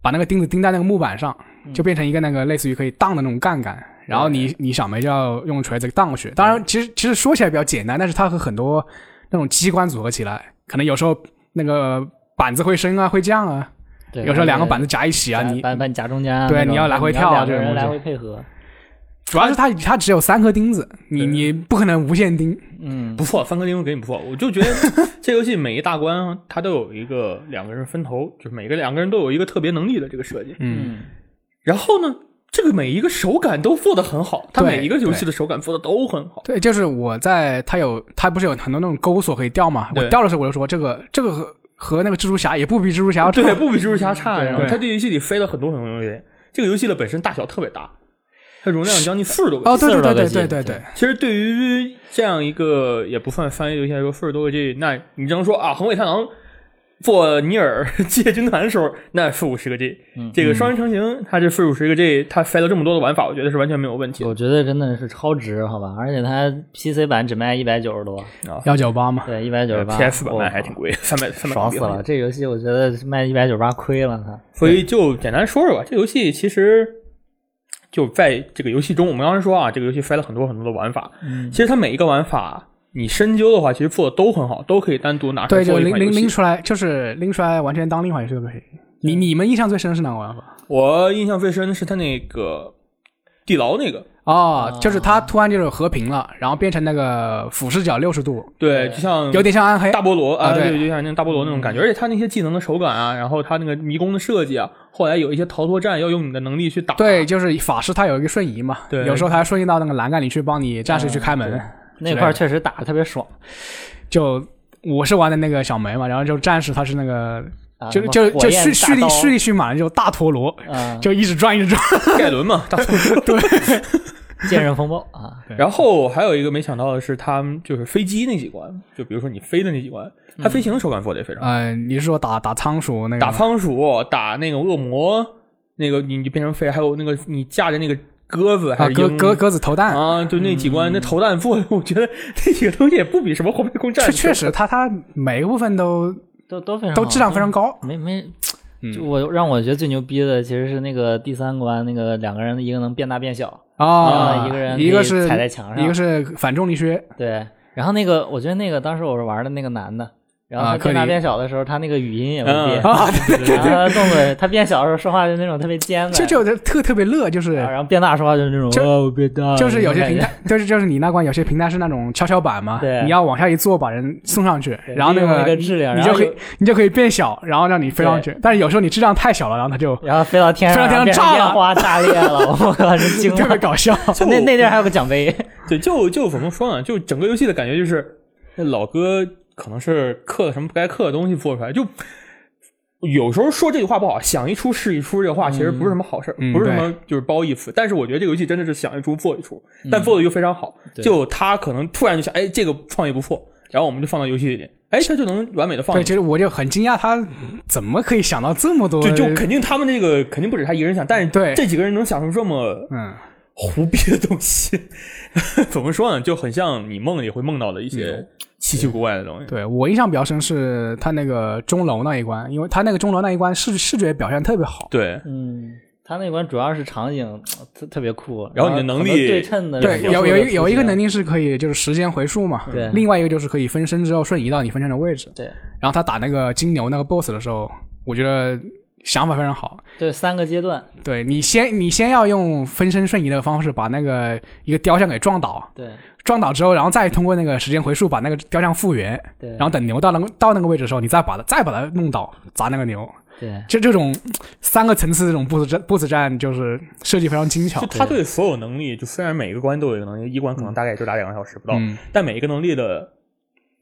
S3: 把那个钉子钉在那个木板上，就变成一个那个类似于可以荡的那种杠杆，然后你你小梅就要用锤子荡过去。当然，其实其实说起来比较简单，但是它和很多那种机关组合起来，可能有时候那个板子会升啊，会降啊，
S2: 对，
S3: 有时候两个板子夹一起啊，
S2: 夹
S3: 你
S2: 板板夹中间啊，
S3: 对
S2: 那种
S3: 你要来回
S2: 你
S3: 跳啊
S2: 两个
S3: 这种
S2: 人
S3: 东西
S2: 来回配合。
S3: 主要是它它只有三颗钉子，你你不可能无限钉。
S2: 嗯，
S1: 不错，三颗钉子给你不错，我就
S2: [LAUGHS]
S1: 觉得这游戏每一大关它都有一个两个人分头，就是每个两个人都有一个特别能力的这个设计。
S3: 嗯，
S1: 然后呢，这个每一个手感都做得很好，它
S3: 对
S1: 每一个游戏的手感做的都很好。
S3: 对，就是我在它有它不是有很多那种钩索可以掉嘛，我
S1: 对
S3: 掉的时候我就说这个这个和和那个蜘蛛侠也不比蜘蛛侠要差。
S1: 对，不比蜘蛛侠差。然后
S3: 对
S1: 它这游戏里飞了很多很多东西，这个游戏的本身大小特别大，它容量将近四十多个 G。
S3: 哦，对对对对
S2: 四十
S3: 对
S2: 多个
S3: 对
S2: G，
S3: 对，
S1: 其实对于这样一个也不算翻译游戏来说，四十多个 G，那你只能说啊，横尾太郎做尼尔 [LAUGHS] 借军团的时候，那四五十个 G，、这
S3: 嗯
S1: 个双人成行，它这四五十个 G，它塞了这么多的玩法，我觉得是完全没有问题的。
S2: 我觉得真的是超值，好吧？而且它 PC 版只卖一百九十多，
S3: 幺九八嘛，
S2: 对，一百九十八
S1: PS 版卖还挺贵，三 [LAUGHS] 百三百
S2: 爽死了！这游戏我觉得卖一百九十八亏了它。
S1: 所以就简单说说吧，这游戏其实就在这个游戏中，我们刚才说啊，这个游戏塞了很多很多的玩法，
S2: 嗯
S1: 其实它每一个玩法。你深究的话，其实做的都很好，都可以单独拿出来
S3: 对，就
S1: 做一
S3: 拎
S1: 款游
S3: 拎
S1: 戏
S3: 拎。出来，就是拎出来完全当另一款游戏都可以。你你们印象最深是哪个玩法？
S1: 我印象最深的是它那个地牢那个，
S3: 哦，就是它突然就是和平了，然后变成那个俯视角六十度，
S1: 对，就像
S3: 有点像暗黑
S1: 嗯大。菠萝
S3: 啊对嗯
S1: 对，就像那大菠萝那种感觉，而且它那些技能的手感啊，然后它那个迷宫的设计啊，后来有一些逃脱战要用你的能力去打，
S3: 对，，就是法师他有一个瞬移嘛，
S1: 对嗯
S3: 有时候他瞬移到那个栏杆里去帮你战士去开门，
S2: 那块儿确实打的特别爽，
S3: 就我是玩的那个小梅嘛，然后就战士他是那个
S2: 啊
S3: 就
S2: 什么
S3: 就
S2: 火
S3: 就
S2: 焰大
S3: 蓄蓄力
S2: 刀
S3: 蓄
S1: 嗯
S3: 力蓄满了就大陀螺，
S2: 啊，
S3: [LAUGHS] 就一直转一直转，
S1: 盖伦嘛，大菠萝，
S2: 剑刃风暴啊，
S3: 对
S1: 然后还有一个没想到的是，他们就是飞机那几关，就比如说你飞的那几关，它飞行的手感做的也非常好。
S3: 呃，你是说打打仓鼠那个
S1: 嗯打
S3: 吗？
S1: 仓鼠，打那个恶魔，那个你你变成飞，还有那个你架着那个鸽子还
S3: 啊，
S1: 是
S3: 鸽
S1: 鹰
S3: 鸽嗯鸽子投弹，
S1: 啊，就那几关、那投弹做的， [LAUGHS] 我觉得那几个东西也不比什么后背空战
S3: 确确实，它它每个部分都
S2: 都都非常
S3: 都
S2: 好
S3: 质量非常高。
S2: 没没
S1: 嗯，
S2: 就我让我觉得最牛逼的其实是那个第三关，那个两个人一个能变大变小，
S3: 啊，
S2: 啊一个人
S3: 一
S2: 可
S3: 个
S2: 以
S3: 是
S2: 踩在墙上
S3: 一个是反重力靴，
S2: 对。然后那个我觉得那个当时我是玩的那个男的，然后
S3: 啊
S2: 他
S3: 克
S2: 变大
S3: 里
S2: 变小的时候，他那个语音也会
S1: 嗯
S2: 变，
S3: 啊
S2: 然后他动作他变小的时候说话就那种特别尖的，啊
S3: 这就就特特别乐，就是
S2: 然后变大说话就是那种
S3: 就
S2: 哦我变大了，
S3: 就是有些
S2: 那种
S3: 平
S2: 感 [LAUGHS] 觉
S3: 台，就是就是你那关有些平台是那种跷跷板嘛
S2: 对，
S3: 你要往下一坐把人送上去，然后那
S2: 利用那
S3: 个
S2: 个质量，
S3: 你
S2: 然
S3: 就
S2: 后
S3: 可以
S2: 有
S3: 你就可以变小，然后让你飞上去。但是有时候你质量太小了，然后它就
S2: 然后飞到天上，
S3: 飞到
S2: 变
S3: 天上
S2: 成
S3: 炸了
S2: 烟花炸裂了，
S3: [LAUGHS]
S2: 我靠，真惊
S3: 特别
S2: 了！
S3: 搞笑。
S2: 就那那地儿还有个奖杯，
S1: 对，就就怎么说呢？就整个游戏的感觉就是，那老哥可能是刻了什么不该刻的东西做出来，就有时候说这句话不好，想一出是一出，这话其实不是什么好事儿，
S3: 嗯
S1: 不是什么就是褒义词。但是我觉得这个游戏真的是想一出做一出，
S3: 嗯
S1: 但做的又非常好。
S2: 对
S1: 就他可能突然就想，哎，这个创意不错，然后我们就放到游戏里，哎，他就能完美的放
S3: [LAUGHS] 对，
S1: 进去。
S3: 其实我就很惊讶，他怎么可以想到这么多？
S1: 就就肯定他们这个肯定不止他一个人想，但是
S3: 对
S1: 这几个人能想出这么
S3: 嗯，
S1: 胡逼的东西， [LAUGHS] 怎么说呢？就很像你梦里会梦到的一些稀奇古怪的东 [LAUGHS] 西。
S3: 对我印象比较深是他那个钟楼那一关，因为他那个钟楼那一关视视觉表现特别好。
S1: 对，
S2: 嗯，他那关主要是场景特特别酷，
S1: 然后你的能力
S2: 很多对称的
S3: 对，
S2: 元素
S3: 有
S2: 的
S3: 有
S2: 出
S3: 一有一个
S2: 现
S3: 能力是可以就是时间回溯嘛，
S2: 对
S3: 另外一个就是可以分身之后瞬移到你分身的位置。
S2: 对
S3: 然后他打那个金牛那个 BOSS 的时候，我觉得想法非常好。
S2: 对三个阶段，
S3: 对你先你先要用分身瞬移的方式把那个一个雕像给撞倒，
S2: 对
S3: 撞倒之后，然后再通过那个时间回溯把那个雕像复原，
S2: 对，
S3: 然后等牛到那个到那个位置的时候，你再把它再把它弄倒砸那个牛。
S2: 对
S3: 就这种三个层次的这种 BOSS 战 BOSS 战就是设计非常精巧
S1: 就。他对所有能力，就虽然每个关都有一个能力，一关可能大概也就打两个小时不到，
S2: 哦
S3: 嗯
S1: 但每一个能力的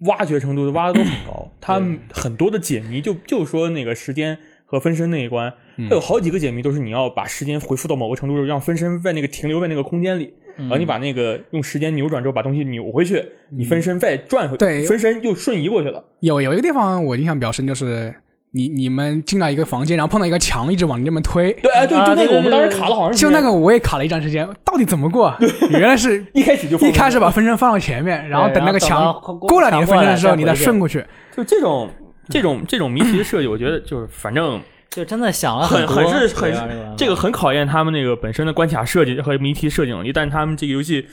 S1: 挖掘程度挖的都很
S3: 嗯
S1: 高。他很多的解谜，就就说那个时间和分身那一关，
S3: 嗯
S1: 它有好几个解谜都是你要把时间回复到某个程度之后，让分身在那个停留在那个空间里，
S3: 嗯
S1: 然后你把那个用时间扭转之后把东西扭回去，你分身再转回，
S3: 对
S1: 分身又瞬移过去了。
S3: 有有一个地方我印象比较深，就是你你们进到一个房间，然后碰到一个墙一直往你这边推，
S1: 对，哎，对，
S2: 啊
S1: 就那
S2: 对
S1: 个
S2: 对
S1: 我们
S2: 对
S1: 当时
S2: 对
S1: 卡了好长时
S3: 就
S1: 间，
S3: 那个我也卡了一段时间，到底怎么过？原来
S2: [LAUGHS]
S3: 是
S1: 一开始就
S3: 一
S1: 放
S3: 开始把分身放到前面，然后等那个
S2: 然
S3: 墙
S2: 后等到
S3: 过了你的分身的时
S2: 墙
S3: 候，
S2: 过
S3: 你
S2: 来
S3: 再顺过去。
S1: 就这种这种这种谜题的设计，我觉得就是反正
S2: 就真的想了
S1: 很
S2: 啊多，
S1: 很是很
S2: 对吧
S1: 是这个很考验他们那个本身的关卡设计和谜题设计能力，但他们这个游戏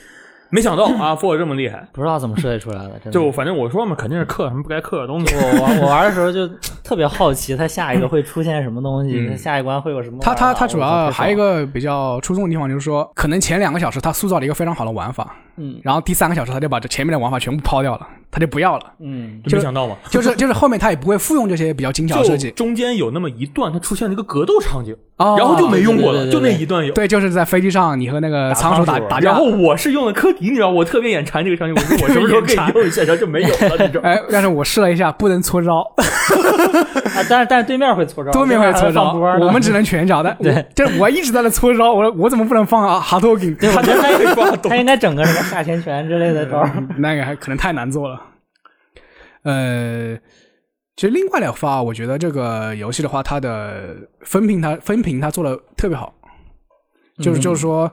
S1: 没想到啊，做的这么厉害。
S2: 不知道怎么设计出来的，真的
S1: 就反正我说嘛，肯定是刻什么不该刻的东西。
S2: 我玩 [LAUGHS] 我玩的时候就特别好奇，它下一个会出现什么东西，它下一关会有什么玩
S3: 它
S2: 儿的。
S3: 嗯它它主要还有一
S2: 我操，
S3: 个比较出众的地方，就是说，可能前两个小时它塑造了一个非常好的玩法，
S2: 嗯
S3: 然后第三个小时它就把这前面的玩法全部抛掉了，它就不要了，
S2: 嗯，
S1: 就没想到嘛， [LAUGHS]
S3: 就是就是后面它也不会复用这些比较精巧的
S1: 就
S3: 设计，
S1: 中间有那么一段，它出现了一个格斗场景，
S3: 哦
S1: 然后就没用过了，
S2: 对对对
S1: 就那
S2: 对
S1: 一段有。
S3: 对，就是在飞机上你和那个仓
S1: 仓
S3: 鼠
S1: 打
S3: 打打
S1: 然
S3: 架
S1: 后。我是用的科迪，你知道，我特别眼馋这个场景，我说我什么时候可以用一下，然后就没有了那种。
S3: [LAUGHS] 哎，但是我试了一下，不能搓招，
S2: 啊，但是但是对面会搓招，
S3: [LAUGHS] 都没
S2: 对
S3: 有
S2: 面
S3: 搓
S2: 还
S3: 招，
S2: 放波呢
S3: 我们只能拳脚的。
S1: [LAUGHS]
S2: 对
S3: 我，这我一直在那搓招，我我怎么不能放啊？哈托给
S2: 对，我觉得他
S1: 被抓
S2: 他应该整个什么下前拳之类的招儿。
S3: [LAUGHS] 那个还可能太难做了。呃，其实另外的话，我觉得这个游戏的话，它的分屏它分屏它做的特别好，
S1: 嗯
S3: 就是、就是说，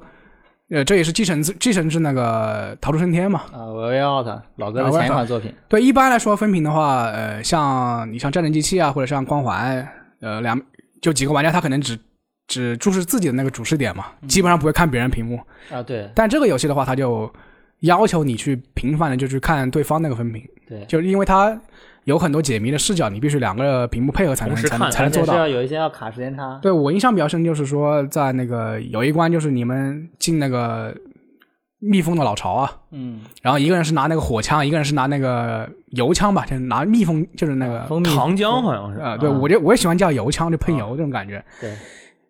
S3: 呃，这也是继承自继承自那个《逃出生天》嘛。
S2: 啊，我要 out 老哥的前一款作品，
S3: 对，一般来说分屏的话，呃，像你像战争机器啊，或者像光环，呃，两就几个玩家他可能只只注视自己的那个主视点嘛，
S2: 嗯
S3: 基本上不会看别人屏幕。
S2: 啊，对
S3: 但这个游戏的话，它就要求你去频繁的就去看对方那个分屏。
S2: 对，
S3: 就是因为它有很多解谜的视角，你必须两个屏幕配合才能
S1: 同时
S3: 才
S1: 看
S3: 能才能
S2: 而且
S3: 做
S2: 是
S3: 到
S2: 要。有一些要卡时间差，
S3: 对我印象比较深，就是说在那个有一关，就是你们进那个蜜蜂的老巢啊，
S2: 嗯，
S3: 然后一个人是拿那个火枪，一个人是拿那个油枪吧，就是拿蜜蜂，就是那个
S2: 蜂蜜
S1: 糖浆好像是，
S3: 呃，对我就我也喜欢叫油枪，就喷油这种感觉。
S2: 对，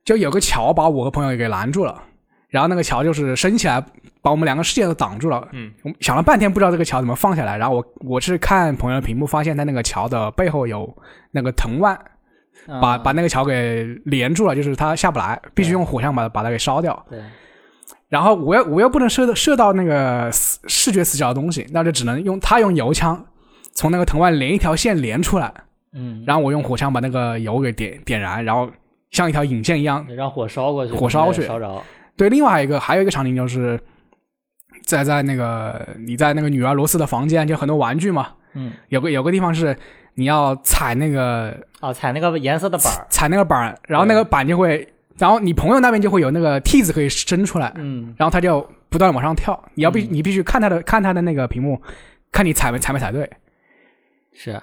S3: 就有个桥把我和朋友给拦住了，然后那个桥就是升起来，把我们两个视线都挡住了。
S1: 嗯，
S3: 我们想了半天不知道这个桥怎么放下来，然后我我是看朋友的屏幕发现他那个桥的背后有那个藤蔓，
S2: 啊
S3: 把把那个桥给连住了，就是他下不来，必须用火枪把把它给烧掉。
S2: 对
S3: 然后我又我又不能射射到那个视视觉死角的东西，那就只能用他用油枪从那个藤蔓连一条线连出来，
S2: 嗯，
S3: 然后我用火枪把那个油给点点燃，然后像一条引线一样。
S2: 让火烧过去，
S3: 火烧过去
S2: 烧着，
S3: 对，另外一个还有一个场景就是在在那个你在那个女儿罗斯的房间，就很多玩具嘛，
S2: 嗯，
S3: 有个有个地方是你要踩那个
S2: 啊，踩那个颜色的板儿，
S3: 踩那个板儿，然后那个板就会，然后你朋友那边就会有那个梯子可以伸出来，
S2: 嗯，
S3: 然后他就不断地往上跳。你要必、
S1: 嗯
S3: 你必须看他的看他的那个屏幕，看你踩没踩没踩对。
S2: 是，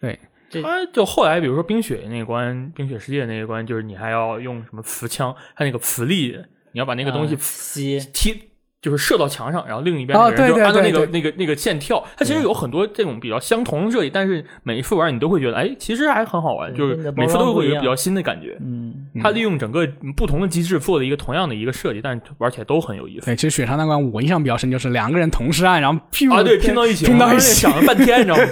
S2: 对
S1: 他哎就后来，比如说冰雪那一关，冰雪世界那一关，就是你还要用什么磁枪，它那个磁力，你要把那
S2: 那
S1: 个东西
S2: 啊吸，
S1: 踢，就是射到墙上，然后另一边
S3: 嗯哦
S1: 的人就
S3: 对对
S1: 按照那
S3: 对
S1: 个那个那个线跳。它其实有很多这种比较相同的设计，但是每一次玩你都会觉得，哎，其实还很好玩，
S3: 嗯
S2: 对
S1: 就是
S2: 跟你的包
S1: 每次
S2: 装
S1: 都
S2: 不
S1: 会
S2: 一
S1: 有
S2: 样
S1: 比较新的感觉。
S2: 嗯，
S1: 它利用整个不同的机制做了一个同样的一个设计，但是玩起来都很有意思。
S3: 对，其实雪山那关我印象比较深，就是两个人同时按，然后屁股
S1: 啊，对，拼到一起，
S3: 哎拼到一
S1: 我当时
S3: 起
S1: 想。
S3: [LAUGHS]
S1: 了半天，你知道吗？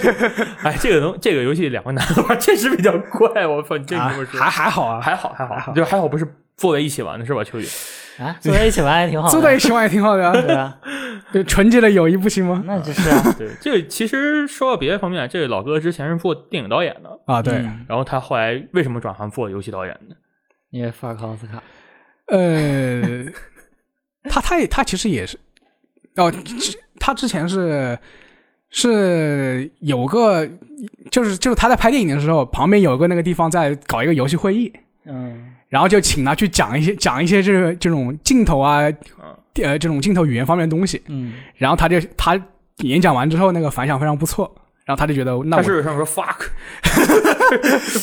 S1: 哎，这个东这个游戏两个男的玩确实比较怪，我操，你这
S3: 啊
S1: 么说
S3: 还还好啊，
S1: 还好还好，就还好不是坐在一起玩的是吧？
S3: [LAUGHS]
S1: 秋雨，
S2: 啊，坐在一起玩也挺好的，
S3: 坐在一起玩也挺好的、啊，
S2: 对
S1: [LAUGHS]
S2: 啊，
S3: 对，纯洁的友谊不行吗？
S2: 那就是
S3: [LAUGHS]
S2: 啊，
S1: 对，这其实说到别的方面，这老哥之前是做电影导演的，
S3: 啊，对，
S2: 嗯
S1: 然后他后来为什么转行做游戏导演呢？
S2: 因为法尔考斯
S3: [LAUGHS]
S2: 卡，
S1: 嗯
S3: 呃，他他也他其实也是，哦，之他之前是是有个，就是就是他在拍电影的时候，旁边有个那个地方在搞一个游戏会议，
S2: 嗯，
S3: 然后就请他去讲一些讲一些这个这种镜头啊，呃，这种镜头语言方面的东西。
S2: 嗯，
S3: 然后他就他演讲完之后，那个反响非常不错，然后他就觉得
S1: 他
S3: 那我
S1: 是不是上说
S3: [LAUGHS]
S1: fuck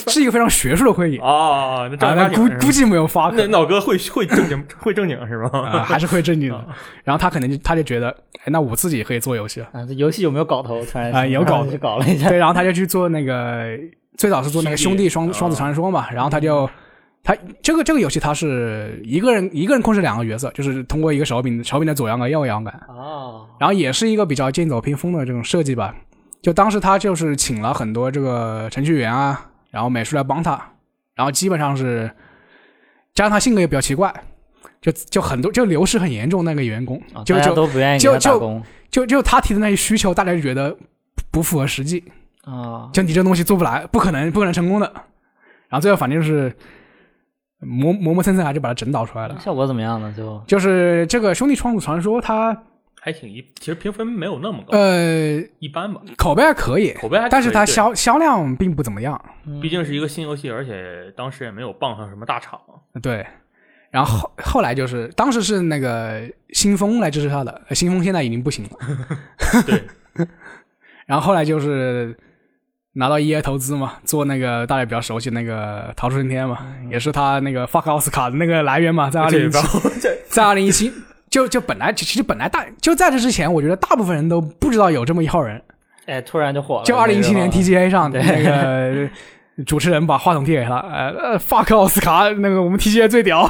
S3: 是一个非常学术的会议。
S1: 啊，那
S3: 啊，
S1: 正
S3: 那
S1: 儿八
S3: 估
S1: 经是吧
S3: 估计没有发，
S1: 那老哥会会正经会正经是
S3: 啊，
S1: 吗？
S3: 还是会正经的。然后他可能就他就觉得，哎，那我自己也可以做游戏了。
S2: 啊，这游戏有没有搞头？突然
S3: 啊有搞头
S2: 头，去搞了一
S3: [LAUGHS]
S2: 下，
S3: 对，然后他就去做那个，最早是做那个兄弟双
S1: 啊
S3: 双子传说嘛。然后他就他这个这个游戏，他是一个人一个人控制两个角色，就是通过一个手柄手柄的左摇杆右摇杆，
S2: 哦，
S3: 然后也是一个比较剑走偏锋的这种设计吧。就当时他就是请了很多这个程序员啊，然后美术来帮他，然后基本上是，加上他性格也比较奇怪，就就很多就流失很严重那个员工，
S2: 啊
S3: 就
S2: 大家
S3: 就
S2: 都不愿意给
S3: 就
S2: 他打
S3: 就
S2: 工
S3: 就就他提的那些需求，大家就觉得不不符合实际，
S2: 啊，
S3: 就你这东西做不来，不可能不可能成功的。然后最后反正就是磨磨磨蹭蹭，还就把它整倒出来了。
S2: 效果怎么样呢？就
S3: 就是这个兄弟创子传说，它
S1: 还挺一，其实评分没有那么高，
S3: 呃
S1: 一般吧。
S3: 口碑还可以，
S1: 口碑还可以
S3: 但是它
S1: 对
S3: 销销量并不怎么样。
S2: 嗯
S1: 毕竟是一个新游戏，而且当时也没有傍上什么大
S3: [LAUGHS]
S1: 厂。
S3: 对，然后后后来就是当时是那个新风来支持他的，呃新风现在已经不行了。
S1: [LAUGHS]
S3: [LAUGHS]
S1: 对，
S3: 然后后来就是拿到 EA 投资嘛，做那个大家比较熟悉那个《逃出生天》嘛，也是他那个 Fuck 奥斯卡的那个来源嘛，在
S1: 嗯
S3: 二
S1: 这
S3: 零
S1: 一
S3: 一
S1: 包
S3: 七， [LAUGHS]
S1: 这
S3: 在二零一七，就就本来其实本来大就在这之前，我觉得大部分人都不知道有这么一号人，
S2: 哎，突然就火了，
S3: 就二零一七年
S2: 这个
S3: TGA 上那
S2: [LAUGHS]
S3: 个。主持人把话筒递给他，呃呃，fuck 奥斯卡，那个我们 TGA
S2: [LAUGHS]
S3: 最屌，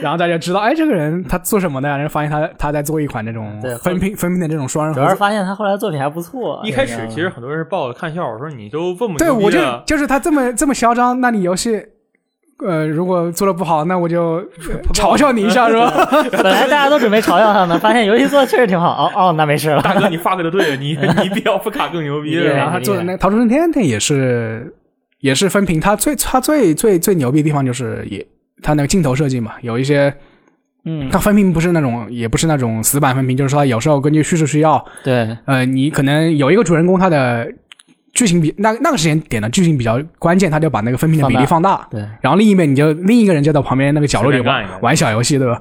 S3: 然后大家知道，哎，这个人他做什么的呀？然后发现他他在做一款那种
S2: 对
S3: 分屏分屏的这种双人
S2: 主
S3: 合
S2: 要
S3: 作
S2: 是发现他后来作品还不错，
S1: [LAUGHS] 一开始其实很多人是抱着看笑话说你都这么
S3: 对，
S1: 牛逼
S3: 我就
S2: 啊
S1: 了
S3: 就是他这么这么嚣张，那你游戏，呃，如果做的不好，那我就呃嘲笑你一下，是吧？
S2: 本来大家都准备嘲笑他呢，发现游戏做的确实挺好，哦哦，那没事了，
S1: 大哥你 fuck 的对，
S3: [LAUGHS]
S1: 你你比奥斯卡更牛逼
S2: [LAUGHS] 对
S3: 然后
S1: 了。
S3: 他做的那个《逃出生天》，那也是也是分屏，他最他最最最牛逼的地方就是也他那个镜头设计嘛，有一些
S2: 嗯，
S3: 他分屏不是那种也不是那种死板分屏，就是说他有时候根据叙事需要，
S2: 对，
S3: 呃，你可能有一个主人公他的剧情比那那个时间点的剧情比较关键，他就把那个分屏的比例放大，
S2: 对，
S3: 然后另一边你就另一个人就到旁边那个角落里
S1: 随便干一
S3: 玩
S1: 个
S3: 玩小游戏，对吧？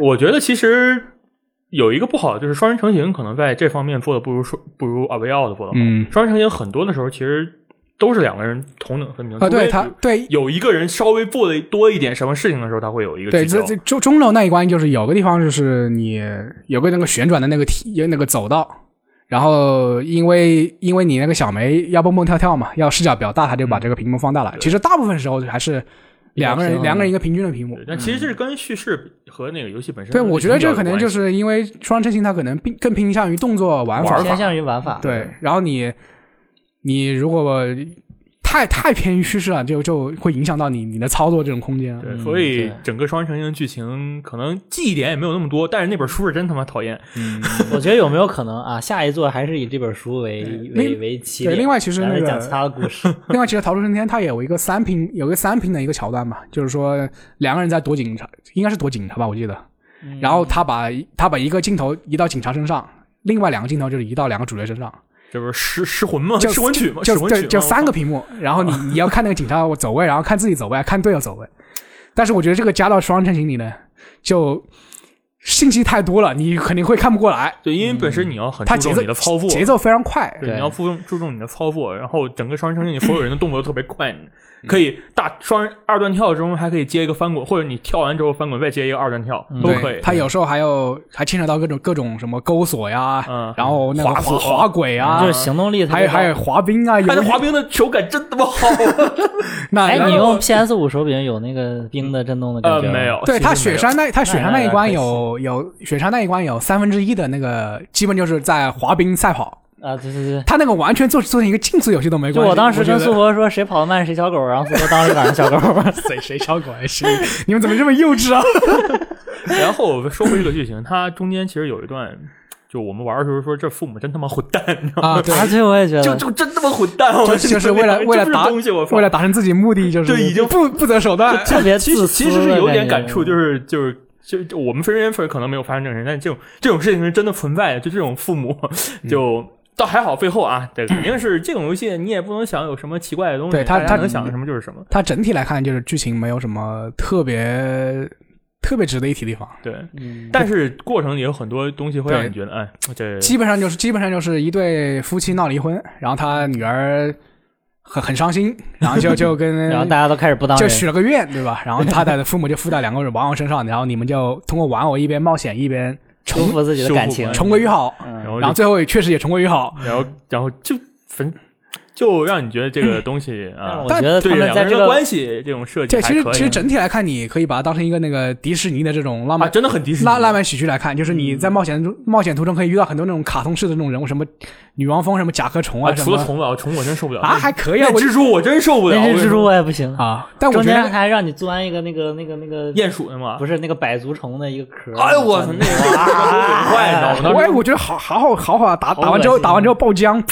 S1: 我觉得其实有一个不好的就是双人成行可能在这方面做的不如说不如阿维奥的做的好。
S3: 嗯，
S1: 双人成行很多的时候其实都是两个人同等分明
S3: 啊，对
S1: 除非
S3: 他，对
S1: 有一个人稍微做的多一点什么事情的时候，他会有一个
S3: 对，
S1: 聚
S3: 这
S1: 焦
S3: 这中中楼那一关就是有个地方就是你有个那个旋转的那个梯有那个走道，然后因为因为你那个小梅要蹦蹦跳跳嘛，要视角比较大，他就
S1: 嗯
S3: 把这个屏幕放大了。其实大部分时候还是两个
S2: 比较平衡
S3: 人两个人一个平均的屏幕
S1: 对。但其实这是跟叙事和那个游戏本身
S3: 对，我觉得这
S1: 比较有
S3: 可能
S1: 关系
S3: 就是因为双人成行，它可能并更偏向于动作玩法
S1: 玩法
S2: 偏向于玩法，
S3: 对，然后你你如果太太偏于叙事了，就就会影响到你你的操作这种空间。啊
S1: 对，
S2: 嗯
S1: 所以
S2: 对
S1: 整个双人成行的剧情可能记忆点也没有那么多，但是那本书是真他妈讨厌。
S2: [LAUGHS] 我觉得有没有可能啊？下一座还是以这本书为为
S3: 另
S2: 为起
S3: 对，
S2: 点，
S3: 另外其实
S2: 然
S3: 那
S2: 后
S3: 个
S2: 讲其他的故事。
S3: [LAUGHS] 另外，其实《逃出升天》它也有一个三屏，有一个三屏的一个桥段嘛，就是说两个人在躲警察，应该是躲警察吧，我记得。
S1: 嗯
S3: 然后他把他把一个镜头移到警察身上，另外两个镜头就是移到两个主角身上，
S1: 这哦不是失失魂吗？
S3: 就
S1: 失魂曲吗？
S3: 就
S1: 失魂曲哦
S3: 就
S1: 吗
S3: 就三个屏幕，然后你你要看那个警察走位，然后看自己走位，看队友走位。但是我觉得这个加到双人成行里呢，就信息太多了，你肯定会看不过来。
S1: 对，因为本身你要很
S3: 它
S1: 注
S3: 嗯节
S1: 重
S3: 奏
S1: 你的操作，
S3: 节奏非常快，
S1: 对，
S2: 对
S1: 你要注重注重你的操作，然后整个双人成行，你所有人的动作都特别快，
S3: 嗯
S1: 可以大双人二段跳中还可以接一个翻滚，或者你跳完之后翻滚再接一个二段跳都
S3: 嗯对，
S1: 可以。
S3: 它有时候还有还牵扯到各种各种什么钩索呀，
S1: 嗯
S3: 然后那个
S1: 滑
S3: 滑
S1: 索
S3: 滑轨啊
S2: 啊就是，行动力特
S3: 还
S2: 别
S3: 有
S2: 高，
S3: 还有滑冰啊，
S1: 看
S3: 游
S1: 那滑冰的手感真他妈
S3: [LAUGHS]
S1: 好，
S3: 那
S2: 哎，
S3: 然
S2: 你
S3: 后
S2: 用 PS 五手柄有那个冰的震动的感
S1: 呃，
S2: 觉吗
S1: 没有，
S3: 对
S1: 其实
S3: 它
S1: 没
S3: 雪
S1: 有
S3: 山那它雪山
S2: 哎
S3: 那一关
S2: 那
S3: 有有雪山那一关有三分之一的那个基本就是在滑冰赛跑，
S2: 啊？对对对。
S3: 它那个完全做做成一个竞速游戏都没
S2: 就
S3: 关系。
S2: 我当时
S3: 觉
S2: 跟
S3: 得 [LAUGHS]
S2: 苏博说谁跑得慢谁小狗，然后苏博当时赶上小狗， [LAUGHS]
S3: 谁谁小狗还是 [LAUGHS] 你们怎么这么幼稚啊？
S1: 然后我说回这个剧情，它中间其实有一段，就我们玩的时候说这父母真他妈混蛋，你知道吗？
S3: 啊，对，
S2: 啊，对，我也觉得，
S1: 就就真他妈混蛋，我
S3: 就是就是为了为了
S1: 这不是
S3: 达
S1: 东西，我操
S3: 为了达成自己目的，就是
S1: 对已经
S3: 不不择手段。
S2: 特别
S1: 其
S2: 自
S1: 实
S2: 私
S1: 其实是
S2: 的嗯
S1: 有
S2: 感
S1: 点
S2: 觉
S1: 感触，就是就是。就就我们非人非可能没有发生这种事，但这种这种事情是真的存在的。就这种父母， [LAUGHS] 就倒还好，最后啊，对，肯定是这种游戏你也不能想有什么奇怪的东西，
S3: 对他
S1: 大家
S3: 他
S1: 能想什么就是什么。
S3: 它整体来看就是剧情没有什么特别特别值得一提的地方，
S1: 对，
S2: 嗯
S1: 但是过程也有很多东西会让你觉得，哎，这
S3: 基本上就是基本上就是一对夫妻闹离婚，然后他女儿很很伤心，然后就就
S1: [LAUGHS]
S3: 跟
S2: 然后大家都开始不当
S3: 就
S2: 人，
S3: 许了个愿，对吧？然后他的父母就附在两个玩偶身上，然后你们就通过玩偶一边冒险一边
S2: 重
S3: 重
S2: 复自己的感
S1: 修
S2: 情
S1: 复，
S3: 重归
S1: [LAUGHS]
S3: 于好，
S1: 然
S2: 嗯，
S1: 后
S3: 然
S1: 就
S3: 后最后也确实也重归于好。
S1: 然后然后就反正就让你觉得这个东西
S2: 嗯
S1: 啊 [CLEARS THROAT]
S2: 但我，觉得他
S1: 对
S2: 们
S1: 两
S2: 在
S1: 人
S2: 这
S1: 的
S2: 个
S1: 关系这种设计
S3: 对，
S1: 还
S3: 其
S1: 可以，
S3: 实其实整体来看，你可以把它当成一个那个迪士尼的这种浪
S1: 啊，
S3: 漫。
S1: 真的很迪士尼，嗯
S3: 浪浪漫喜剧来看，就是你在冒险中冒险途中可以遇到很多那种卡通式的那种人物，什么女王蜂、什么甲壳虫
S1: 啊，
S3: 什
S1: 除
S3: 么
S1: 了虫子啊，虫子我真受不了
S3: 啊，还可以啊
S1: 那，
S3: 我
S1: 蜘蛛我真受不了，
S2: 那
S1: 我跟你
S2: 只蜘蛛
S1: 说
S2: 我也不行。
S3: 啊，但我
S2: 中
S3: 觉
S2: 间
S3: 得
S2: 他还让你钻一个那个那个那个，
S1: 鼹鼠的嘛，
S2: 不是那个百足虫的一个壳。
S1: 哎呦我操，
S2: 钻
S1: 那个很
S2: 啊
S1: 快，你知道吗？当
S3: 我也
S1: 时
S3: 我觉得好好好好好打
S2: 好
S1: 啊
S3: 打完之
S2: 恶
S3: 后
S2: 心
S3: 打完之后爆浆，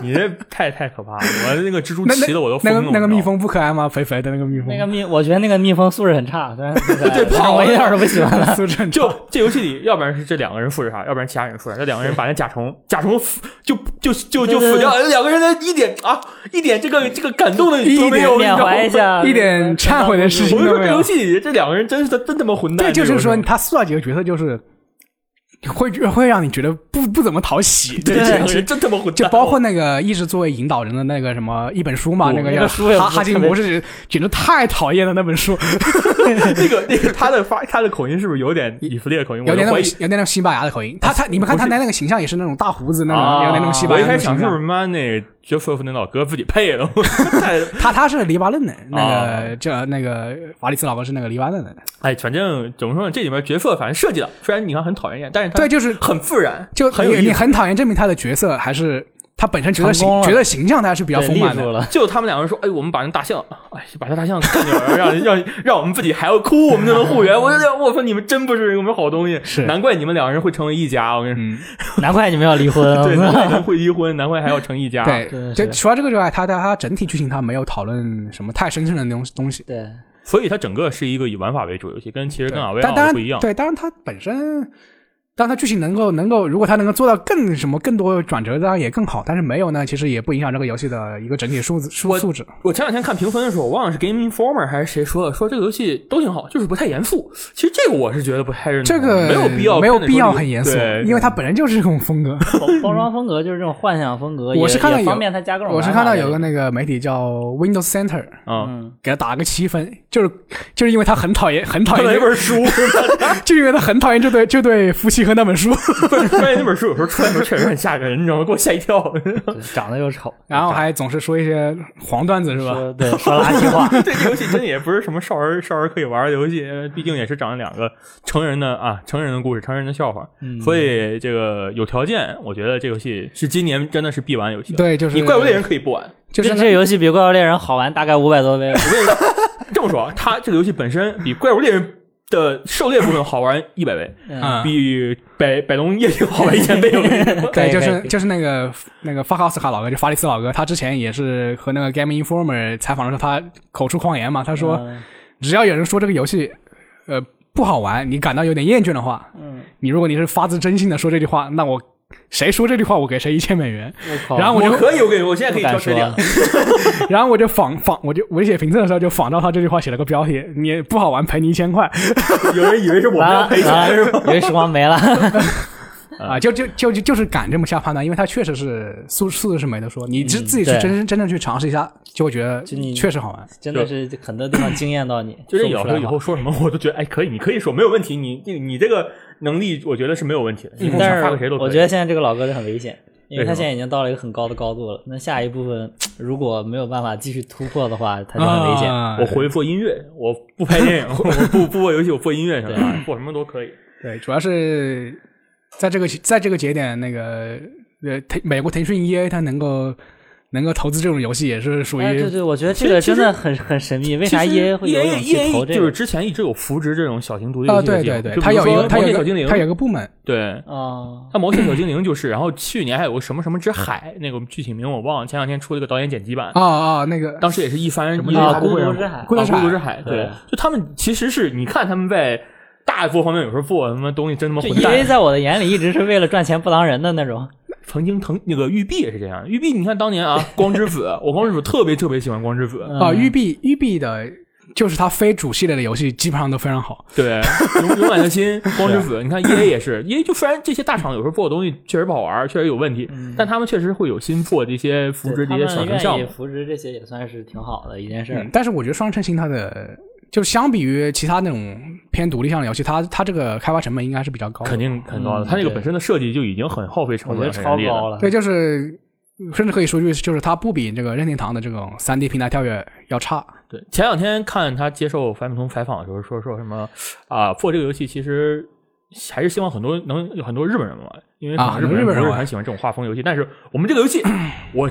S1: 你这太太可
S3: [LAUGHS]
S1: 怕了，我那个蜘蛛
S3: 那
S1: 骑的我都
S3: 那
S1: 疯了。
S3: 个那个
S1: 你
S3: 蜜
S1: 知道吗，
S3: 蜂不可爱吗？肥肥的那个蜜蜂，
S2: 那个蜜，我觉得那个蜜蜂素质很差，虽
S1: [LAUGHS]
S2: 然
S1: 对
S2: 对
S1: 跑
S2: 我一
S1: 了
S2: 点儿都不喜欢 [LAUGHS] 它。
S3: 苏振
S1: [LAUGHS] 就这游戏里，要不然是这两个人负责啥，要不然其他人负责啥。这两个人把那甲虫，甲虫腐就就就就
S2: 对对
S1: 腐掉，两个人的一点啊一点这个这个感动的都没有，你知
S2: 缅
S1: 道吗
S2: 怀一。下，
S3: 一点忏悔的事情
S1: 我就
S3: 都
S1: 说
S3: 没
S1: 这游
S3: 有。
S1: 戏里这两个人真是的真他妈混蛋。
S3: 对，就是说
S1: 这
S3: 他塑造几个角色就是会会让你觉得不不怎么讨喜，
S1: 个游戏这
S3: 就
S1: 两个人真他妈混蛋。
S3: 就包括那个一直作为引导人的那个什么一本书嘛，
S2: 哦
S3: 个
S2: 那
S3: 叫
S2: 个书也
S3: 哈
S2: 不是
S3: 哈金
S2: 特别
S3: 博士，简直太讨厌了那本书，
S1: 那个那个他的发他的口音是不是有点以弗列的口音？
S3: 有
S1: [LAUGHS]
S3: 点
S1: 我
S3: 那
S1: 怀
S3: 种
S1: 疑
S3: 有点那种西班牙的口音。他他你们看他那那个形象也是那种大胡子那种，有点那种西班
S1: 啊我一
S3: 牙的
S1: 开
S3: 那
S1: 始
S3: 种
S1: 想
S3: 形
S1: 是
S3: 象。
S1: 妈那个 Joseph 那老哥自己配的，我 [LAUGHS] 太
S3: [LAUGHS] 他他是黎巴嫩的，那
S1: 啊
S3: 个叫那个瓦里斯老婆是那个黎巴嫩的，
S1: 哎，反正怎么说呢，这里边角色反正设计的，虽然你看很讨人厌，但是它
S3: 对，就是
S1: 很自然，
S3: 就
S1: 很有
S3: 你
S1: 意
S3: 你
S1: 思。
S3: 很讨厌证明他的角色，还是他本身觉得
S2: 成
S3: 形
S2: 功了
S3: 觉得形象他还是比较
S2: 对
S3: 丰
S2: 立
S3: 满
S2: 住
S3: 的。
S2: 了。
S1: 就他们两个人说：“哎，我们把那大象，哎，把那大象干掉，然后让 [LAUGHS] 让让我们自己还要哭，我们就能护援。”我就觉得我操，你们真不是什么好东西，
S3: 是
S1: 难怪你们两个人会成为一家。我跟你说，
S3: 嗯，
S2: 难怪你们要离婚
S1: [LAUGHS] 对，难
S2: 啊！
S1: 怪你
S3: [LAUGHS]
S1: 们会离婚，难怪还要成一家。
S2: 真
S3: 对，
S2: 的
S3: 就是除了这个之外，他他他整体剧情他没有讨论什么太深沉的东东西。
S2: [LAUGHS] 对，
S1: 所以它整个是一个以玩法为主游戏，跟其实
S3: 对
S1: 跟阿维
S3: 但
S1: 奥
S3: 当
S1: 不一
S3: 然，
S1: 样。
S3: 对，当然他本身，当然他剧情能够能够，如果他能够做到更什么更多转折，当然也更好。但是没有呢，其实也不影响这个游戏的一个整体素质素
S1: 我
S3: 素质。
S1: 我前两天看评分的时候，我忘了是 Game Informer 还是谁说的，说这个游戏都挺好，就是不太严肃。其实这个我是觉得不太认同
S3: 这
S1: 的，
S3: 个
S1: 没有必要看着说
S3: 没有
S1: 这个，
S3: 必要很严肃
S1: 对，
S3: 因为它本身就是这种风格。
S2: 包包装风格就是这种幻想风格，
S3: 我
S2: 也
S3: 是看到
S2: 也
S3: 有
S2: 方便他加各种玩法。
S3: 我是看到有个那个媒体叫 Windows Center，
S1: 啊，
S2: 嗯，
S3: 给他打个七分，就是就是因为他很讨厌很讨
S1: 看 [LAUGHS] 了
S3: 厌这
S1: 一
S3: 个
S1: 本书，
S3: [LAUGHS] 就因为他很讨厌这对这对夫妻和科那本书， [LAUGHS]
S1: 关关键那本书有时候出来的时候确实很吓人，你知道吗？给我吓一跳。 [LAUGHS]
S2: 长得又 [LAUGHS] 丑，
S3: 然后还总是说一些黄段子是
S2: [LAUGHS]
S3: 吧？
S2: 说对说垃圾话，
S1: 这个游戏真也不是什么少儿少儿可以玩的游戏，呃毕竟也是讲了两个成人的啊成人的故事，成人的笑话。
S2: 嗯
S1: 所以这个有条件，我觉得这游戏是今年真的是必玩游戏了。
S3: 对，就是
S1: 你怪物猎人可以不玩。
S3: 就是
S2: 这
S3: 那
S2: 这游戏比《怪物猎人》好玩大概五百多倍。
S1: 这么说，啊它这个游戏本身比怪物猎人。的狩猎部分好玩一百 [LAUGHS] 倍，
S2: 嗯，
S3: 嗯，
S1: 比百百龙夜行好玩一千倍。我跟你说，
S3: [LAUGHS] 对，
S2: 可以
S3: 就
S2: 可以
S3: 是
S2: 可以
S3: 就是那个那个法卡斯卡老哥，就法利斯老哥，他之前也是和那个 Game Informer 采访的时候，他口出狂言嘛，他说、
S2: 嗯
S3: 只要有人说这个游戏，呃，不好玩，你感到有点厌倦的话，
S2: 嗯，
S3: 你如果你是发自真心的说这句话，那我谁说这句话，我给谁一千美元。
S2: 我靠
S3: [LAUGHS] 然后我
S1: 我
S3: 就
S1: 可以，我跟你说，我现在可以
S2: 不敢
S1: 挑缺点
S2: 说。
S3: [LAUGHS] 然后我就仿仿，我就我写评测的时候就仿照他这句话写了个标题：你不好玩，赔你一千块
S1: 有人以为是 [LAUGHS] 我们
S2: 完
S1: 要
S2: 了
S1: 赔钱
S2: 完
S1: 是
S2: 了 [LAUGHS]
S1: 吧？，
S2: 有一时光没了。
S3: 啊！就就就就就是敢这么下判断，因为他确实是素素质是没得说，你自自己去
S2: 对
S3: 真真真正去尝试一下，就会觉得
S2: 就你
S3: 确实好玩。
S2: 真的是很多地方惊艳到你，
S1: 就是
S2: 说
S1: 有时
S2: 不出来啊
S1: 候以后说什么我 [LAUGHS] 都觉得，哎，可以，你可以说没有问题，你你你这个能力我觉得是没有问题的，你
S3: 嗯
S2: 话。
S1: 想
S2: 但
S1: 发给谁
S2: 是
S1: 都可以。
S2: 我觉得现在这个老哥就很危险，因为他
S1: 为什么
S2: 现在已经到了一个很高的高度了。那下一部分如果没有办法继续突破的话，他就很危险。
S3: 啊
S1: 我回做音乐，我不拍电影， [LAUGHS] 我不不做游戏，我做音乐什么的，做什么都可以。
S3: 对，主要是在这个在这个节点，那个呃，腾美国腾讯 EA 它能够能够投资这种游戏，也是属于、
S2: 哎，对对，我觉得这个
S1: 其实
S2: 真的很很神秘，为啥 E A 会有
S1: E
S2: 勇
S1: A
S2: 气
S1: E
S2: 投
S1: A
S2: 这
S1: 就是
S2: 个？
S1: 之前一直有扶植这种小型独立游
S3: 啊，
S1: 戏的
S3: 对
S1: 计划
S3: 对对，
S1: 就
S3: 它
S1: 比如
S3: 有一
S1: 说
S3: 个它
S1: 魔
S3: 有一
S1: 界小精
S3: 个
S1: 灵，
S3: 它有一个部门，
S1: 对。
S2: 哦，
S1: 它《魔界小精灵》就是，然后去年还有个什么什么之海，那个具体名我忘了。前两天出了一个导演剪辑版，
S3: 啊啊，那个
S1: 当时也是一番
S3: 什么
S1: 一
S3: 啊
S1: 番
S2: 啊，孤独之海
S3: 孤
S1: 啊
S3: 独
S1: 孤独
S3: 之海
S1: 之海，
S2: 对
S1: 对，就他们其实是你看他们在大作方面有时候做什么东西真他妈混
S2: ，E A
S1: 蛋。
S2: 在我的眼里一直是为了赚钱不当人的那种。
S1: 曾经腾那个育碧也是这样，育碧你看当年啊，光之子，我光之子特别特别喜欢光之子，
S2: 嗯
S3: 啊，育碧育碧的，就是它非主系列的游戏基本上都非常好。
S2: [LAUGHS]
S1: 对，勇勇敢的心，
S2: 啊
S1: 光之子，你看 E A 也是，E A 就虽然这些大厂有时候做的东西确实不好玩，确实有问题，但他们确实会有新做这些扶
S2: 嗯对
S1: 植这
S2: 他
S1: 些
S2: 们
S1: 小型项
S2: 愿意
S1: 目。
S2: 扶植这些也算是挺好的一件事儿
S3: 嗯，。但是我觉得《双城星》它的，就相比于其他那种偏独立向的游戏，它它这个开发成本应该是比较高的。
S1: 肯定很高的，
S2: 嗯
S1: 它那个
S2: 对
S1: 本身的设计就已经很耗费
S2: 我
S1: 成
S2: 觉得
S1: 本，
S2: 超
S1: 很厉害
S2: 高了，
S3: 对，就是甚至可以说句，就是它不比这个任天堂的这种三 D 平台跳跃要差。
S1: 对，前两天看他接受樊晓彤采访的时候说说什么啊，做这个游戏其实还是希望很多能有很多日本人玩，因为可
S3: 啊
S1: 能日本
S3: 很多日本人
S1: 不是
S3: 玩
S1: 很喜欢这种画风游戏。但是我们这个游戏，我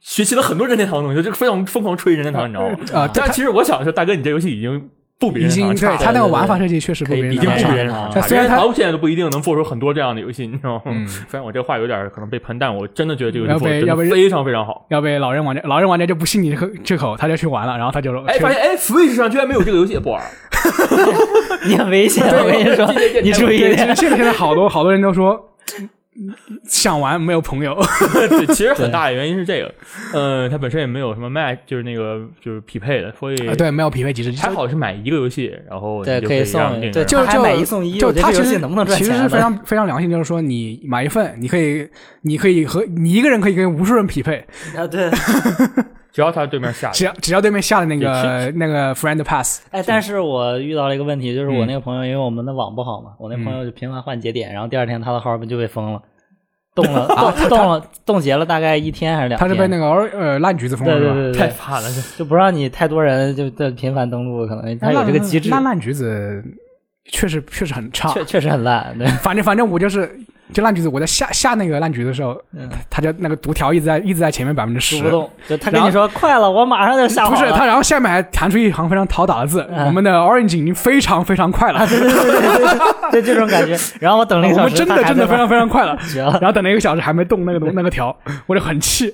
S1: 学习了很多任天堂的东西，就这个非常疯狂吹任天堂，你知道吗？
S3: 啊对
S1: 但其实我想的是，大哥，你这游戏已经不比
S3: 已
S1: 任
S3: 经
S1: 天堂
S3: 对
S1: 差了，
S3: 它那个
S2: 对对
S3: 玩法设计确实不
S2: 可以
S3: 比任
S1: 已经
S3: 天
S1: 不
S3: 堂
S1: 比
S3: 差
S1: 任天堂
S3: 对
S1: 差了。
S3: 虽
S1: 任
S3: 然
S1: 天
S3: 它
S1: 堂现在都不一定能做出很多这样的游戏，你知道吗？
S3: 嗯
S1: 虽然我这话有点可能被喷，但我真的觉得这个游戏
S3: 要
S1: 做的
S3: 被
S1: 真
S3: 要
S1: 的
S3: 被
S1: 非常非常好。
S3: 要被老人玩家，老人玩家就不信你这口这口，他就去玩了，然后他就
S1: 哎，发现哎，Switch 上居然没有这个游戏，不玩了。
S2: 你很危险，我跟你说，你注意
S3: 对，
S2: 一
S3: 其实
S2: 点。
S3: 现在现在好多好多人都说想玩没有朋友，
S1: [LAUGHS] 对，其实很大的原因是这个，呃，它本身也没有什么卖，就是那个就是匹配的，所以
S3: [LAUGHS] 对，没有匹配机制，
S1: 还好是买一个游戏，然后
S2: 啊对
S1: 你就
S2: 可以
S1: 以
S2: 送
S1: 让另一个
S2: 对
S1: 人
S3: 就
S2: 他还
S3: 就
S2: 买一送一
S3: 就
S2: 我觉得
S3: 他
S2: 这
S3: 其
S2: 个游
S3: 实
S2: 戏能不能赚
S3: 其实
S2: 钱
S3: 是
S2: 呢
S3: 非常非常良心，就是说你买一份，你可以你可以和你一个人可以跟无数人匹配，
S2: 啊，对，
S1: 只要他对面下
S3: 只要只要对面下了那个那个 friend pass，
S2: 哎，但是我遇到了一个问题，就是我
S3: 嗯
S2: 那个朋友，因为我们的网不好嘛，我那朋友就频繁换节点，然后第二天他的号就被封了，冻了，冻冻了，冻结了大概一天还是两天。
S3: 他是被那个呃烂橘子封
S2: 对
S3: 了是
S2: 对
S3: 吧？
S2: 对对
S1: 太
S2: 对，
S1: 烦了，这
S2: 就不让你太多人就在频繁登录，可能他有这个机制
S3: 那，烂橘子确实确实很差，
S2: 确确实很
S3: [LAUGHS]
S2: 烂。对，
S3: 反正反正我就是。就烂橘子，我在下下那个烂橘子的时候，
S2: 嗯
S3: 他就那个读条一直在一直在前面百分之
S2: 读不，
S3: 十
S2: 动，就他跟你说快了，我马上就下好
S3: 不
S2: 了。
S3: 是他，然后下面还弹出一行非常讨打的字，
S2: 嗯啊
S3: 我们的 Orange 已经非常非常快了，
S2: 对对对对对， [LAUGHS] 就这种感
S3: [LAUGHS]
S2: 觉。然后我等了一
S3: 我
S2: 个小
S3: 们
S2: 时，
S3: 真的真的非常非常
S2: [LAUGHS]
S3: 快了。
S2: 绝了。
S3: [LAUGHS] 然后等了一个小时还没动那个东那个 [LAUGHS] 条，我就很气。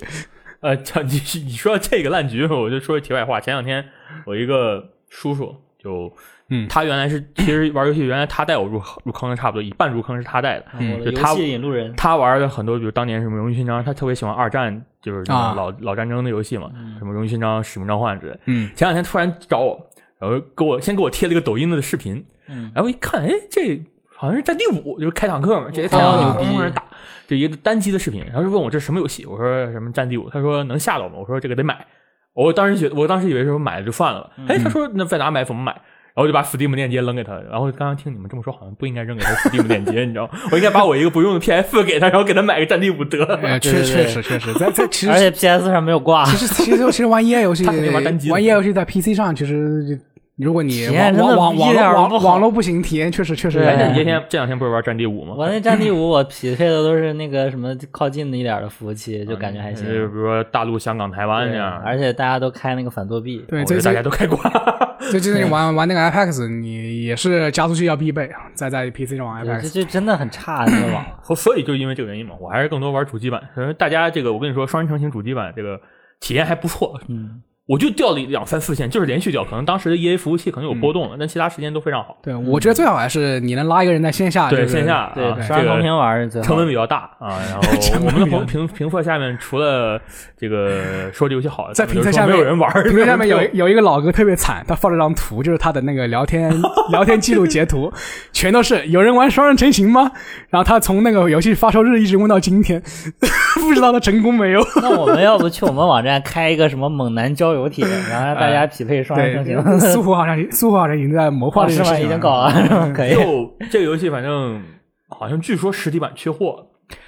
S1: 呃，这你你说这个烂局，我就说题外话。前两天我一个叔叔就，
S3: 嗯
S1: 他原来是其实玩游戏，原来他带我入入坑的差不多，一半入坑是他带的。
S2: 嗯
S3: 嗯
S2: 我
S1: 就
S2: 的
S1: 他
S2: 游戏引路人，
S1: 他玩的很多，比如当年什么《荣誉勋章》，他特别喜欢二战，就是那种
S3: 啊
S1: 老、老战争的游戏嘛，
S2: 嗯
S1: 什么《荣誉勋章》《使命召唤》之类的。
S3: 嗯，
S1: 前两天突然找我，然后给我先给我贴了一个抖音的视频，
S2: 嗯
S1: 然后一看，哎，这好像是战地五，就是开坦克嘛，直接开到
S3: 啊
S1: 那个公人打，就一个单机的视频。然后就问我这什么游戏，我说什么战地五，他说能嗯下到吗？我说这个得买。我当时觉得，我当时以为说买了就算了吧。哎，他说那在哪买，怎么买？然后我就把 Steam 链接扔给他，然后刚刚听你们这么说，好像不应该扔给他 Steam 链接，你知道吗？ [LAUGHS] 我应该把我一个不用的 PS 给他，然后给他买个《战地五》 [LAUGHS] 得哎了。
S3: 呃，确
S2: 对对
S3: 确实确实，在在其
S2: 而且啊
S3: 实
S2: PS 上没有挂，
S3: 其实其实其实玩 EA 游戏，
S1: 他肯定玩单机的
S3: 玩 EA 游戏在 PC 上，其实如果你
S2: 体验
S3: 网
S2: 真的
S3: 网网
S2: 一
S3: 网
S2: 点
S3: 络
S2: 儿
S3: 网
S2: 不好
S3: 网络不行，体验确实确实
S2: 对
S1: 哎，那你
S2: 也
S1: 这天这两天不是玩《战地五》吗？
S2: [LAUGHS] 我那《战地五》，我匹配的都是那个什么靠近的一点的服务
S3: 嗯
S2: 器，就感觉还行。
S1: 就呃比如说大陆、香港、台湾这
S2: 对
S1: 样，
S2: 而且大家都开那个反作弊，
S3: 对，
S1: 我觉
S3: 这
S1: 得大家都
S3: 这
S1: 开挂。
S3: 这就是你玩玩那个 Apex，你也是加速器要必备，在在 PC 上玩
S2: 对这
S3: Apex，
S2: 这真的很差那个网。
S1: 后 [LAUGHS] 所以就因为这个原因嘛，我还是更多玩主机版。可能大家这个，我跟你说，双人成行主机版这个体验还不错。
S2: 嗯，
S1: 我就掉了两三次线，就是连续掉，可能当时的 EA 服务器可能有波动了，但其他时间都非常好。
S3: 对，我觉得最好还是你能拉一个人在线下，
S1: 对
S3: 就是
S1: 线下啊，
S2: 对，
S1: 这
S2: 双人同
S1: 个
S2: 屏玩是最
S1: 成
S2: 好
S1: 本
S2: 的。
S1: 比较大啊。然后我们的评评评测下面，除了这个说这游戏好，
S3: 在
S1: 咱们
S3: 评
S1: 就
S3: 测
S1: 说
S3: 下面
S1: 没有人玩 [LAUGHS] 儿，
S3: 评论下面有有一个老哥特别惨，他放了张图，就是他的那个聊天聊天记录截图，全都是有人玩双人成行吗？然后他从那个游戏发售日一直问到今天， [LAUGHS] 不知道他成功没有。
S2: [LAUGHS] 那我们要不去我们网站开一个什么猛男交友帖，然后让大家匹配双人成
S3: 对
S2: 哎行？，
S3: 苏虎好像苏虎好像已经在谋划
S2: 哦
S3: 这
S2: [LAUGHS] 是
S3: 个事
S2: 吗？
S3: 情
S2: 已
S3: 了
S2: 经搞。了，是吗？可以。
S1: [LAUGHS] 就这个游戏，反正好像据说实体版缺货，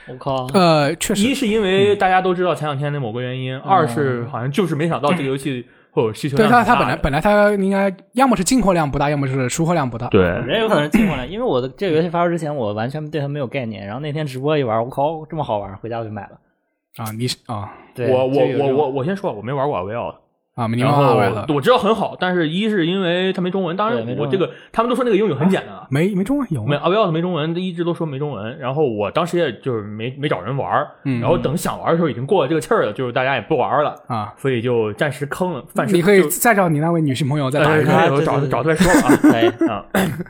S2: 我靠，
S3: 呃，确实，
S1: 一是因为大家都知道前两天的某个原因，二是好像就是没想到这个游戏会有需求
S3: 哦对
S1: 量
S3: 他
S1: 很大的。
S3: 他本来本来他应该要么是进货量不大，要么是出货量不大。
S1: 对，
S2: 人有可能是进过来，因为我的这个游戏发售之前，我完全对它没有概念。然后那天直播一玩，我靠，这么好玩，回家我就买了。
S3: 啊，你是啊
S2: 对，
S1: 我我
S2: 就有这
S1: 我
S2: 种
S1: 我我先说，我没玩过《RVL》，
S3: 啊，你
S1: 然
S3: 们
S1: 后
S3: 玩了
S1: 我知道很好，但是一是因为它没中文，当
S2: 对没
S1: 然
S2: 中
S1: 我
S2: 文
S1: 这个他们都说那个英语很简单啊。
S3: 没没中文有
S1: 没
S3: 吗？
S1: ，RVL 没中文，一直都说没中文。然后我当时也就是没没找人玩儿
S3: 嗯
S1: 然后等想玩的时候已经过了这个气儿了，就是大家也不玩了，
S3: 啊，
S1: 所以就暂时坑了。暂时
S3: 你可以
S1: 就
S3: 再找你那位女性朋友再打
S1: 呃
S3: 一
S1: 可
S3: 个。
S1: 以
S2: 啊
S1: 我
S2: 对
S1: 找
S2: 对对
S1: 找出来说了啊。
S2: [LAUGHS] 对，
S1: 啊。 [COUGHS]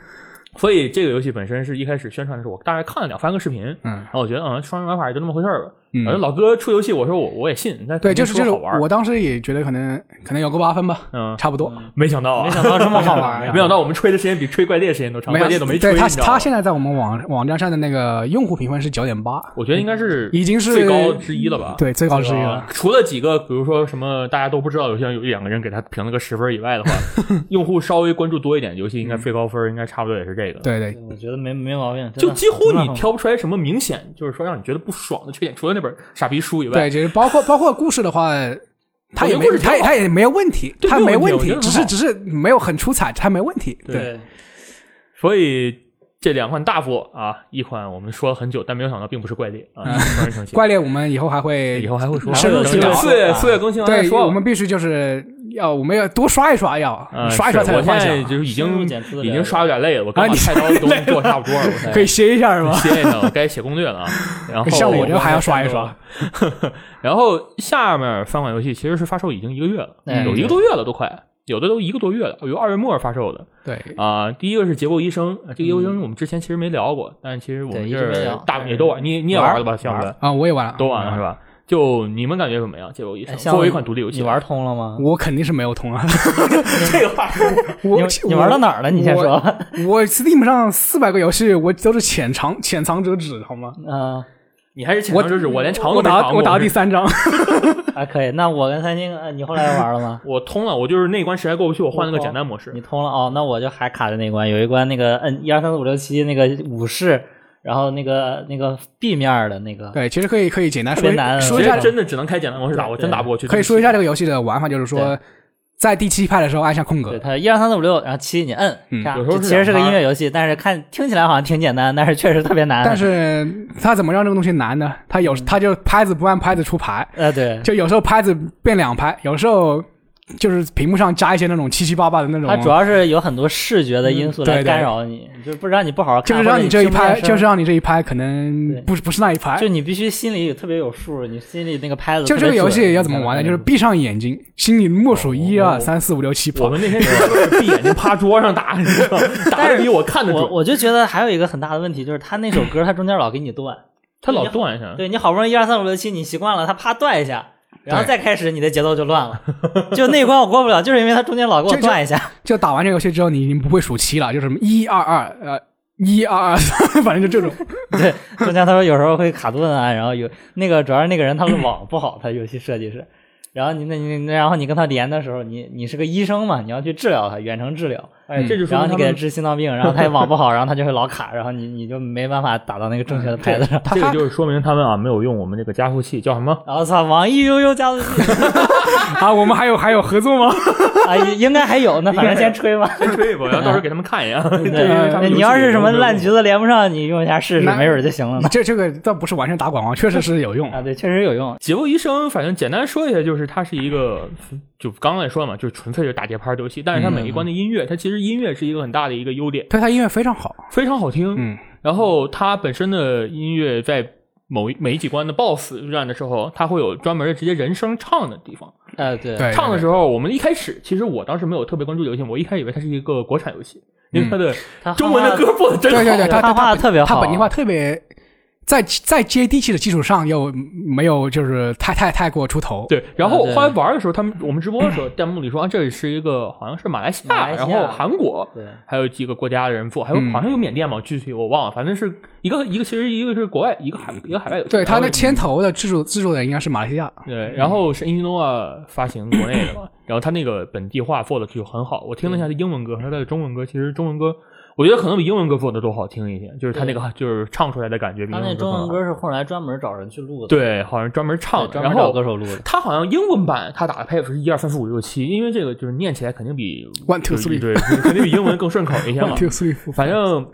S1: 所以这个游戏本身是一开始宣传的时候，我大概看了两三个视频，
S3: 嗯
S1: 然后我觉得嗯，双人玩法也就那么回事儿吧。
S3: 嗯
S1: 反正老哥出游戏，我说我我也信，那
S3: 对，
S1: 肯定
S3: 就是就是
S1: 说好玩儿，
S3: 我当时也觉得可能可能有个八分吧，
S1: 嗯，
S3: 差不多。
S1: [LAUGHS] 没想到啊，
S2: 没
S1: [LAUGHS]
S2: 想到这么好 [LAUGHS] 玩呀
S1: 没想到我们吹的时间比吹怪猎时间都长，
S3: 没
S1: 怪
S3: 有
S1: 猎都没吹，
S3: 对他
S1: 你知道吗
S3: 他现在在我们网网站上的那个用户评分是九点八，
S1: 我觉得应该是
S3: 已经是
S1: 最高之一了吧？。
S3: 对，最高之一
S1: 啊
S3: 了。，
S1: 除了几个，比如说什么大家都不知道，有些有一两个人给他评了个十分以外的
S3: [LAUGHS]
S1: 话，用户稍微关注多一点，游戏应
S3: 嗯
S1: 该最高分应该差不多也是这个。
S3: 对对，
S2: 我觉得没没毛病，
S1: 就
S2: 真的
S1: 几乎
S2: 真的
S1: 你
S2: 很
S1: 挑不出来什么明显，就是说让你觉得不爽的缺点，除了那本傻逼书以外
S3: 对，，就是包括包括故事的话，他也
S1: 我觉得
S3: 没
S1: 故事挺
S3: 他也
S1: 好
S3: 他也没有问题，
S1: 对
S3: 他
S1: 没
S3: 没
S1: 有问题
S3: 题
S1: 我觉，得
S3: 只
S1: 很好
S3: 是只是没有很出彩，他没问题。对，
S2: 对，
S1: 所以这两款大作啊，一款我们说了很久，但没有想到并不是怪猎啊，双人成行。
S3: 嗯怪猎我们以后还会
S1: 以后还会说，
S2: 还会有
S1: 四
S2: 新
S1: 月
S2: 的
S1: 四月四月更新完再
S3: 对，
S1: 说吧。
S3: 我们必须就是要我们要多刷一刷，要
S1: 嗯
S3: 刷一刷
S1: 是
S3: 才
S1: 我
S3: 能
S1: 现
S3: 幻
S1: 在
S3: 想，
S1: 就是已
S2: 深入
S1: 经
S2: 检测的
S1: 已
S2: 了
S1: 经
S2: 解
S1: 刷有点累了，我刚
S3: 啊
S1: 把
S3: 你
S1: 菜刀
S3: [LAUGHS]
S1: 都剁差不多了，我
S3: 可以歇一下是
S1: 该
S3: 吧？
S1: 歇一下了，我该写攻略了啊。然后
S3: 像我这还要刷一刷。
S1: [LAUGHS] 然后下面三款游戏其实是发售已经一个月了，
S2: 嗯
S1: 有一个多月了都快，有的都一个多月了，有二月末发售的。
S3: 对，
S1: 啊、第一个是《解剖医生》，啊这个《解剖医生》我们之前其实没聊过，但其实我
S2: 对
S1: 们
S2: 一
S1: 这
S2: 直没聊
S1: 儿大也都玩，你你也
S2: 玩
S1: 玩了吧？项
S2: 玩
S1: 目
S3: 啊，我也完了，
S1: 都玩了是吧？就你们感觉怎么样？《解剖医生
S2: 哎》像
S1: 作为一款独立游戏，
S2: 你玩通了吗？
S3: 我肯定是没
S2: [LAUGHS]
S3: 有通啊。
S1: [LAUGHS] 这个话说，
S3: 我
S2: 你你玩到哪儿了？你先说。 [LAUGHS]
S3: 我 Steam 上四百个游戏，我都是浅尝浅尝辄止，好吗？
S2: 嗯
S1: 你还是浅
S3: 我
S1: 尝辄止，我连尝都
S3: 我
S1: 没
S3: 打
S1: 尝过。
S3: 我打到第
S1: 是？
S3: 三章，
S2: 还可以。那我跟三星，呃你后来玩了吗
S1: 我通了，我就是那关实在过不去，我换了个简单模式
S2: 你。通了哦，那我就还卡在那关，有一关那个摁一二三四五六七那个武士，然后那个那个 B 面儿的那个，
S3: [LAUGHS] 对，其实可以可以简单说
S2: 特别难啊
S3: 说
S1: 其
S3: 一下
S1: 实，真的只能开简单模式打，我真打不过去。
S3: 可以说一下这个游戏的玩法，就是说在第七拍的时候按下空格
S2: 对，，它一二三四五六，然后七你摁，
S3: 嗯
S2: 这样
S1: 有时候是
S2: 这其实是个
S1: 两拍
S2: 音乐游戏，但是看听起来好像挺简单，但是确实特别难。
S3: 但是它怎么让这个东西难呢？它有它就拍子不按拍子出牌，
S2: 呃，对，
S3: 就有时候拍子变两拍，有时候就是屏幕上加一些那种七七八八的那
S2: 它主
S3: 种。
S2: 要是有很多视觉的因素
S3: 嗯对
S2: 来
S3: 对
S2: 干扰你，就是不让你不好好看，
S3: 就是让
S2: 你
S3: 你这一拍，
S2: 拍，
S3: 就是让你这一拍可能
S2: 对
S3: 不是不是那一拍
S2: 就，你必须心里有特别有数，你心里那个拍子
S3: 就
S2: 特别
S3: 这个游戏
S2: 准
S3: 要怎么玩呢？
S2: 你才
S3: 就是
S2: 能
S3: 闭上眼睛，心里默数一
S1: 我
S3: 二三四五六七，
S1: 我
S3: 跑。
S1: 们那天 [LAUGHS] 是闭眼睛趴桌上打，你知道吗，打的比我看的
S2: 我
S1: 准。
S2: 我就觉得还有一个很大的问题就是，他那首歌他中间老给你断，
S1: 他老断一
S4: 啊
S1: 下，
S2: 对你好不容易一二三五六七你习惯了，他啪断一下，然后再开始你的节奏就乱了， [LAUGHS] 就那一关我过不了，就是因为他中间老给我
S3: 这就
S2: 断一下， [LAUGHS]
S3: 就打完这个游戏之后，你已经不会数七了，就是什么一二二呃一二二， [LAUGHS] 反正就这种。
S2: 对，哎中间他说有时候会卡顿啊，然后有那个主要是那个人他的网不好，他游戏设计是。然后你那你那然后你跟他连的时候，你你是个医生嘛，你要去治疗他，远程治疗，
S4: 哎，这就说
S2: 然后
S4: 明
S2: 你
S4: 他
S2: 给他
S4: 们
S2: 治心脏
S4: [LAUGHS]
S2: 病，然后他也网不好，然后他就会老卡，然后你你就没办法打到那个正确
S4: 哎
S2: 的牌子上。
S1: 这个就是说明他们啊没有用我们这个加速器，叫什么？
S2: 然后操，网易悠悠加速器
S3: 啊，我们还有还有合作吗？ [LAUGHS]
S2: 啊，应应该还有，那反正先吹吧。
S1: 先吹一波，然后到时候给他们看一眼。对
S2: 对嗯
S3: 对
S2: 那你要是什么烂橘子连不上，你用一下试试，
S3: 那
S2: 没准儿就行了呢。
S3: 这这个倒不是完全打广告，确实是有用。
S2: [LAUGHS] 啊，对，确实有用。
S1: [LAUGHS] 解剖医生，反正简单说一下，就是它是一个，就刚刚也说了嘛，就是纯粹就打节拍的游戏。但是它每一关的音乐，它其实音乐是一个很大的一个优点，
S3: 对他音乐非常好，
S1: 非常好听。
S3: 嗯，
S1: 然后它本身的音乐在某一每几关的 BOSS 战的时候，它会有专门的直接人声唱的地方。
S2: 啊，对，
S3: 对，
S1: 唱的时
S3: 候
S1: 候，我们一开始其实我当时没有特别关注游戏，我一开始以为它是一个国产游戏，因为它的
S2: 他
S1: 中文的歌做的真
S3: 对对
S1: 好。
S3: 对，
S2: 他
S3: 他他
S2: 画的特别好，啊
S3: 他本地化特别。在在接地气的基础上，又没有就是太太太过出头，
S1: 对，然后
S2: 啊对
S1: 后来玩的时候，他们我们直播的时候，弹幕里说啊这是一个好像是马来西
S2: 马
S1: 亚，
S2: 来西
S1: 然
S2: 亚
S1: 后韩国，
S2: 对
S1: 还有几个国家的人做，还有
S3: 嗯
S1: 好像有缅甸嘛，具体我忘了，反正是一个一个其实一个是国外，一个海一个海外游戏。
S3: 对，他
S1: 然后
S3: 的牵头的制作制作人应该是马来西亚，
S1: 对，然后是 Inova 发行国内的
S2: [CLEARS THROAT]
S1: 嘛，然后他那个本地化做的就很好，我听了一下他英文歌和他的中文歌，其实中文歌我觉得可能比英文歌做的都好听一些，就是他那个啊就是唱出来的感觉比
S2: 他
S1: 英
S2: 那
S1: 文歌更
S2: 中文
S1: 好
S2: 歌是后来专门找人去录的，
S1: 对，好像专门唱
S2: 对，
S1: 的，
S2: 专
S1: 然
S2: 门找
S1: 后
S2: 歌手录
S1: [LAUGHS]
S2: 的。
S1: 他好像英文版他打的配符是一二三四五六七，因为这个就是念起来肯定比
S3: One, two,
S1: 就是
S3: three。
S1: 对，肯定比英文更顺口一些嘛
S3: [LAUGHS] 挺舒服
S1: 反正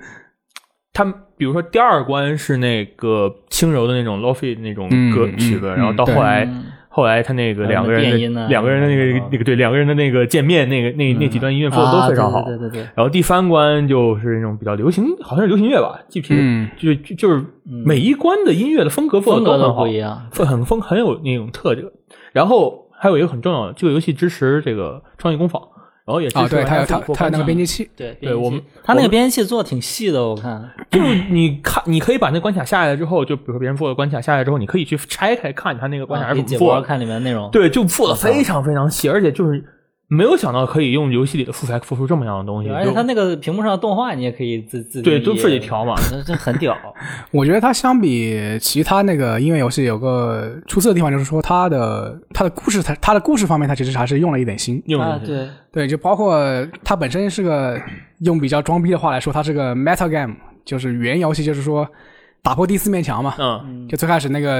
S1: 他们比如说第二关是那个轻柔的那种 lofi 那种
S3: 嗯
S1: 歌
S3: 嗯
S1: 曲子，
S3: 嗯
S1: 然后到
S3: 对
S1: 后来、
S2: 嗯
S1: 后来他那个
S2: 还有
S1: 两个
S2: 那
S1: 人
S2: 电音
S1: 的、
S2: 啊
S1: 两个人的那
S2: 然
S3: 嗯
S2: 后
S1: 个那个对两个人的那个见面那个那那几段音乐做的都
S2: 啊
S1: 非常
S2: 对
S1: 好。
S2: 对对对对，
S1: 然后第三关就是那种比较流行，好像是流行乐吧，具体、
S3: 嗯
S1: 就就就是每一关的音乐的风格做
S2: 嗯风
S1: 的
S2: 格
S1: 都
S2: 都
S1: 很好
S2: 不一，样。
S1: 会很风很有那种特点。然后还有一个很重要的，这个游戏支持这个创意工坊，然后也支
S3: 啊，
S1: 持
S3: 对，他有他
S1: 自己做
S3: 他有那
S1: 关
S3: 个
S1: 卡
S3: 编辑器，
S2: 对，
S1: 对我们
S2: 他那
S1: 我
S2: 个
S1: 们啊
S2: 编辑器做得挺细的，我看。
S1: 就是你看，你可以把那关卡下来之后，就比如说别人做的关卡下来之后，你可以去拆开看他那个关卡
S2: 啊
S1: 是
S2: 可以
S1: 怎
S2: 解
S1: 么做
S2: 剖
S1: 的。
S2: 看里面内容。
S1: 对，就做的非常非常细，而且就是没有想到可以用游戏里的素材做出这么样的东西
S2: 对，，而且
S1: 就
S2: 他那个屏幕上的动画你也可以自自己
S1: 对都自己
S2: [LAUGHS]
S1: 调嘛，
S2: 这这很屌。
S3: 我觉得它相比其他那个音乐游戏有个出色的地方，就是说它的它的故事，它它的故事方面，它其实还是用了一点心。
S1: 用嗯
S2: 啊
S1: 进，去。
S2: 对，
S3: 对，就包括它本身是个用比较装逼的话来说，它是个 meta game，就是原游戏就是说打破第四面墙嘛。
S1: 嗯，
S3: 就最开始那个